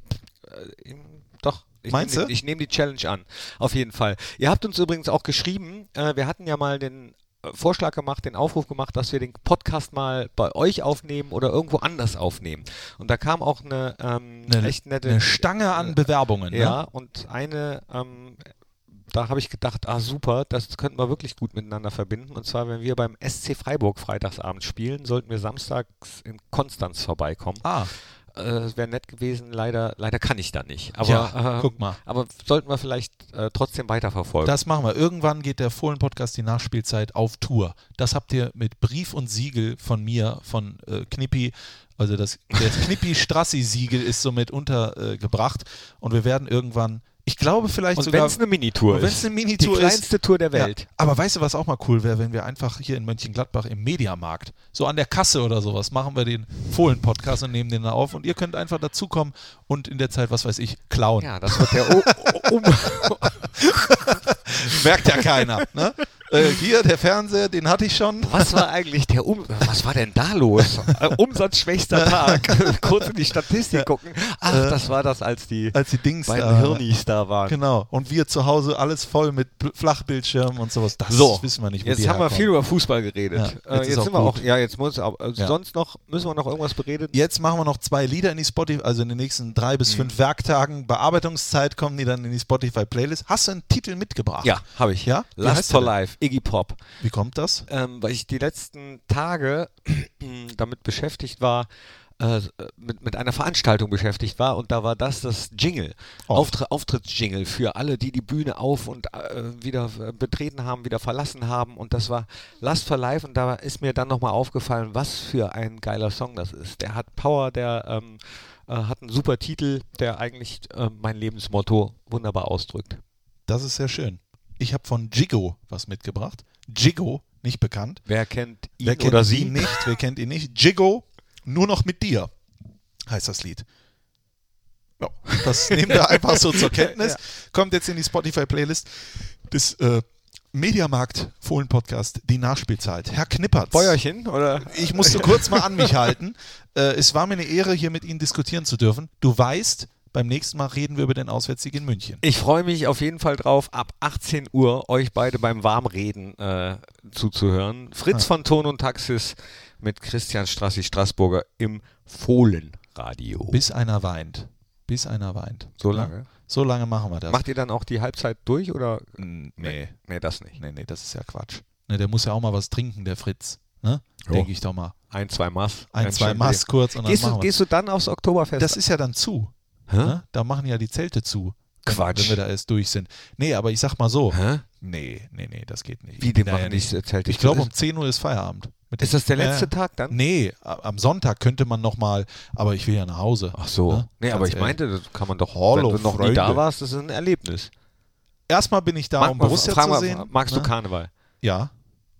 [SPEAKER 1] äh, im- doch ich
[SPEAKER 2] Meinst
[SPEAKER 1] nehm,
[SPEAKER 2] du?
[SPEAKER 1] die- Ich nehme die Challenge an, auf jeden Fall. Ihr habt uns übrigens auch geschrieben, äh, wir hatten ja mal den äh, Vorschlag gemacht, den Aufruf gemacht, dass wir den Podcast mal bei euch aufnehmen oder irgendwo anders aufnehmen. Und da kam auch eine, ähm,
[SPEAKER 2] Eine-
[SPEAKER 1] echt nette
[SPEAKER 2] ne? Eine Stange an Bewerbungen.
[SPEAKER 1] Ja, und eine ähm, da habe ich gedacht, ah super, das könnten wir wirklich gut miteinander verbinden. Und zwar, wenn wir beim SC Freiburg freitagsabend spielen, sollten wir samstags in Konstanz vorbeikommen.
[SPEAKER 2] Ah,
[SPEAKER 1] Äh, Wäre nett gewesen, leider, leider kann ich da nicht. Aber,
[SPEAKER 2] Ja,
[SPEAKER 1] ähm,
[SPEAKER 2] guck mal.
[SPEAKER 1] aber sollten wir vielleicht äh, trotzdem weiterverfolgen.
[SPEAKER 2] das machen wir. Irgendwann geht der Fohlen-Podcast die Nachspielzeit auf Tour. Das habt ihr mit Brief und Siegel von mir, von äh, Knippi. Also das, das Knippi-Strassi-Siegel ist somit untergebracht. Äh, gebracht. und wir werden irgendwann, ich glaube vielleicht
[SPEAKER 1] und wenn
[SPEAKER 2] sogar...
[SPEAKER 1] es eine Minitour
[SPEAKER 2] Und
[SPEAKER 1] ist.
[SPEAKER 2] wenn's eine Minitour
[SPEAKER 1] Die
[SPEAKER 2] ist-
[SPEAKER 1] kleinste Tour der Welt.
[SPEAKER 2] Ja, aber weißt du, was auch mal cool wäre, wenn wir einfach hier in Mönchengladbach im Mediamarkt, so an der Kasse oder sowas, machen wir den Fohlen-Podcast und nehmen den da auf und ihr könnt einfach dazukommen und in der Zeit, was weiß ich, klauen.
[SPEAKER 1] Ja, das wird der o um
[SPEAKER 2] Merkt ja keiner. Ne? äh, hier, der Fernseher, den hatte ich schon.
[SPEAKER 1] Was war eigentlich der um Was war denn da los? Äh, Umsatzschwächster Tag. Kurz in die Statistik gucken. Ach, das war das, als die
[SPEAKER 2] Äh, Als die Dings
[SPEAKER 1] beiden
[SPEAKER 2] da- ne?
[SPEAKER 1] Hirnis da waren.
[SPEAKER 2] Genau. Und wir zu Hause alles voll mit Bl- Flachbildschirmen und sowas. Das wissen wir nicht. wo
[SPEAKER 1] Jetzt
[SPEAKER 2] die
[SPEAKER 1] haben wir
[SPEAKER 2] herkommen.
[SPEAKER 1] viel über Fußball geredet.
[SPEAKER 2] Ja, jetzt
[SPEAKER 1] äh,
[SPEAKER 2] ist
[SPEAKER 1] jetzt
[SPEAKER 2] auch
[SPEAKER 1] sind wir
[SPEAKER 2] gut.
[SPEAKER 1] auch. Ja, jetzt muss. aber, Äh,
[SPEAKER 2] Ja.
[SPEAKER 1] Sonst noch müssen wir noch irgendwas bereden.
[SPEAKER 2] Jetzt machen wir noch zwei Lieder in die Spotify, also in den nächsten drei
[SPEAKER 1] Mhm.
[SPEAKER 2] bis fünf Werktagen. Bearbeitungszeit kommen die dann in die Spotify-Playlist. Hast du einen Titel mitgebracht?
[SPEAKER 1] habe ich.
[SPEAKER 2] Ja?
[SPEAKER 1] Ja.
[SPEAKER 2] Wie heißt
[SPEAKER 1] Last
[SPEAKER 2] der
[SPEAKER 1] for Life, Iggy Pop.
[SPEAKER 2] Wie kommt das?
[SPEAKER 1] ähm, weil ich die letzten Tage damit beschäftigt war, äh, mit, mit einer Veranstaltung beschäftigt war und da war das das Jingle,
[SPEAKER 2] Oh.
[SPEAKER 1] Auftritt, Auftrittsjingle für alle, die die Bühne auf und äh, wieder äh, betreten haben, wieder verlassen haben und das war Last for Life und da ist mir dann nochmal aufgefallen, was für ein geiler Song das ist. Der hat Power, der ähm, äh, hat einen super Titel, der eigentlich äh, mein Lebensmotto wunderbar ausdrückt.
[SPEAKER 2] Das ist sehr schön. Ich habe von Jigo was mitgebracht. Jigo, nicht bekannt.
[SPEAKER 1] Wer kennt ihn
[SPEAKER 2] Wer kennt
[SPEAKER 1] oder sie?
[SPEAKER 2] ihn nicht? Wer kennt ihn nicht? Jigo, nur noch mit dir, heißt das Lied. Ja, das nehmen wir einfach so zur Kenntnis. Kommt jetzt in die Spotify-Playlist des äh, Mediamarkt-Fohlen-Podcast, die Nachspielzeit. Herr Knippertz.
[SPEAKER 1] Bäuerchen oder?
[SPEAKER 2] Ich musste kurz mal an mich halten. Äh, es war mir eine Ehre, hier mit Ihnen diskutieren zu dürfen. Du weißt, beim nächsten Mal reden wir über den Auswärtssieg in München.
[SPEAKER 1] Ich freue mich auf jeden Fall drauf, ab 18 Uhr euch beide beim Warmreden äh, zuzuhören.
[SPEAKER 2] Ah.
[SPEAKER 1] Fritz von Ton und Taxis mit Christian Strassi Straßburger im Fohlenradio.
[SPEAKER 2] Bis einer weint. Bis einer weint.
[SPEAKER 1] So lange?
[SPEAKER 2] So lange machen wir das.
[SPEAKER 1] Macht ihr dann auch die Halbzeit durch oder?
[SPEAKER 2] nee.
[SPEAKER 1] Nee, das nicht.
[SPEAKER 2] Nee, nee, das ist ja Quatsch. Ne, der muss ja auch mal was trinken, der Fritz. Ne?
[SPEAKER 1] Jo.
[SPEAKER 2] Denke ich doch mal.
[SPEAKER 1] Ein, zwei Maß.
[SPEAKER 2] Ein,
[SPEAKER 1] Ganz
[SPEAKER 2] zwei
[SPEAKER 1] schön
[SPEAKER 2] Maß kurz und
[SPEAKER 1] mit dir.
[SPEAKER 2] dann
[SPEAKER 1] Gehst du,
[SPEAKER 2] machen wir
[SPEAKER 1] gehst du dann aufs Oktoberfest?
[SPEAKER 2] Das ist ja dann zu.
[SPEAKER 1] Hä?
[SPEAKER 2] Ne? Da machen ja die Zelte zu. wenn-
[SPEAKER 1] Quatsch.
[SPEAKER 2] Wenn wir da erst durch sind. Nee, aber ich sag mal so.
[SPEAKER 1] Hä?
[SPEAKER 2] Nee, nee, nee, das geht nicht.
[SPEAKER 1] Wie, die
[SPEAKER 2] Ja,
[SPEAKER 1] machen
[SPEAKER 2] ja,
[SPEAKER 1] nicht
[SPEAKER 2] nicht.
[SPEAKER 1] erzählt.
[SPEAKER 2] Ich glaube, um 10 Uhr ist Feierabend. Mit
[SPEAKER 1] Ist
[SPEAKER 2] den-
[SPEAKER 1] das der
[SPEAKER 2] Ja,
[SPEAKER 1] letzte
[SPEAKER 2] ja.
[SPEAKER 1] Tag dann?
[SPEAKER 2] Nee, a- am Sonntag könnte man nochmal, aber ich will ja nach Hause.
[SPEAKER 1] Ach so.
[SPEAKER 2] Ne?
[SPEAKER 1] Nee,
[SPEAKER 2] Ganz
[SPEAKER 1] aber ich
[SPEAKER 2] ehrlich.
[SPEAKER 1] meinte, das kann man doch,
[SPEAKER 2] Hallo,
[SPEAKER 1] wenn du noch
[SPEAKER 2] Freunde.
[SPEAKER 1] nie da warst, das ist ein Erlebnis.
[SPEAKER 2] Erstmal bin ich da,
[SPEAKER 1] Mag-
[SPEAKER 2] um Borussia
[SPEAKER 1] fragen
[SPEAKER 2] zu
[SPEAKER 1] wir,
[SPEAKER 2] sehen.
[SPEAKER 1] Magst
[SPEAKER 2] ne?
[SPEAKER 1] du Karneval?
[SPEAKER 2] Ja,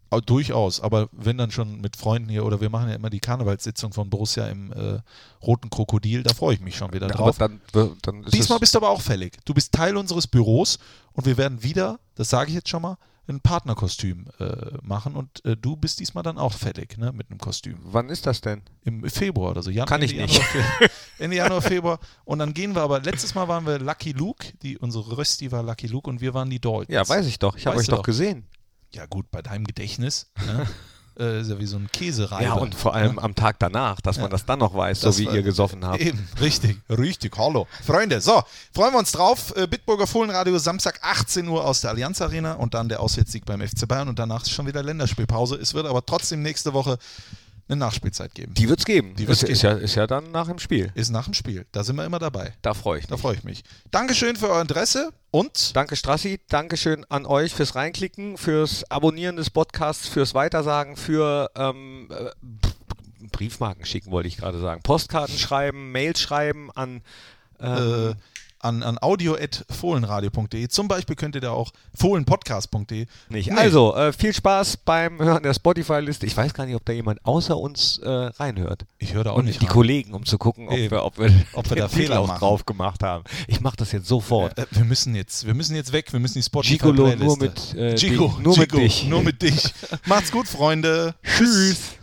[SPEAKER 2] au- durchaus. Aber wenn dann schon mit Freunden hier oder wir machen ja immer die Karnevalssitzung von Borussia im äh, Roten Krokodil, da freue ich mich schon wieder
[SPEAKER 1] Aber
[SPEAKER 2] drauf.
[SPEAKER 1] dann, dann ist
[SPEAKER 2] Diesmal
[SPEAKER 1] es-
[SPEAKER 2] bist du aber auch fällig. Du bist Teil unseres Büros und wir werden wieder, das sage ich jetzt schon mal, ein Partnerkostüm äh, machen und äh, du bist diesmal dann auch fällig ne, mit einem Kostüm.
[SPEAKER 1] Wann ist das denn?
[SPEAKER 2] Im Februar oder so. Jan
[SPEAKER 1] Kann ich
[SPEAKER 2] Ende
[SPEAKER 1] nicht.
[SPEAKER 2] Januar, Fe- Ende Januar, Februar. Und dann gehen wir aber, letztes Mal waren wir Lucky Luke, die, unsere Rösti war Lucky Luke und wir waren die Deutschen.
[SPEAKER 1] Ja, weiß ich doch. Ich habe
[SPEAKER 2] Weißt
[SPEAKER 1] euch
[SPEAKER 2] du
[SPEAKER 1] doch,
[SPEAKER 2] doch.
[SPEAKER 1] gesehen.
[SPEAKER 2] Ja, gut, bei deinem Gedächtnis. Ne? äh, ist ja wie so ein Käsereibe. Ne?
[SPEAKER 1] Ja, und vor allem am Tag danach, dass man das dann noch weiß,
[SPEAKER 2] Das
[SPEAKER 1] so wie
[SPEAKER 2] war-
[SPEAKER 1] ihr gesoffen habt.
[SPEAKER 2] Eben, richtig, richtig, hallo. Freunde, so, freuen wir uns drauf. Äh, Bitburger Fohlenradio, Samstag 18 Uhr aus der Allianz Arena und dann der Auswärtssieg beim FC Bayern und danach ist schon wieder Länderspielpause. Es wird aber trotzdem nächste Woche eine Nachspielzeit geben.
[SPEAKER 1] Die wird's geben.
[SPEAKER 2] Die wird's
[SPEAKER 1] ist, ist, ja, ist ja dann nach dem Spiel.
[SPEAKER 2] ist nach dem Spiel, da sind wir immer dabei.
[SPEAKER 1] Da freue ich
[SPEAKER 2] Da
[SPEAKER 1] mich.
[SPEAKER 2] freue ich mich. Dankeschön für euer Interesse und
[SPEAKER 1] Danke Strassi, Dankeschön an euch fürs Reinklicken, fürs Abonnieren des Podcasts, fürs Weitersagen, für ähm, äh, Briefmarken schicken, wollte ich gerade sagen. Postkarten schreiben, Mails schreiben an ähm,
[SPEAKER 2] äh, an, an audio.fohlenradio.de. Zum Beispiel könnt ihr da auch fohlenpodcast.de.
[SPEAKER 1] nicht.
[SPEAKER 2] Nee.
[SPEAKER 1] Also, äh, viel Spaß beim Hören der Spotify-Liste. Ich weiß gar nicht, ob da jemand außer uns äh, reinhört.
[SPEAKER 2] ich höre da auch
[SPEAKER 1] und
[SPEAKER 2] nicht
[SPEAKER 1] die
[SPEAKER 2] rein.
[SPEAKER 1] Kollegen, um zu gucken, ob
[SPEAKER 2] Eben.
[SPEAKER 1] wir, ob wir,
[SPEAKER 2] Ob wir da
[SPEAKER 1] den Titel
[SPEAKER 2] Fehler
[SPEAKER 1] auch
[SPEAKER 2] machen.
[SPEAKER 1] drauf gemacht haben. Ich mache das jetzt sofort.
[SPEAKER 2] Äh, wir müssen jetzt, wir müssen jetzt weg, wir müssen die Spotify
[SPEAKER 1] Gigolo nur mit,
[SPEAKER 2] Playliste.
[SPEAKER 1] äh,
[SPEAKER 2] Gigo,
[SPEAKER 1] dich- nur mit
[SPEAKER 2] Gigo,
[SPEAKER 1] dich.
[SPEAKER 2] Nur mit dich. Macht's gut, Freunde.
[SPEAKER 1] Tschüss.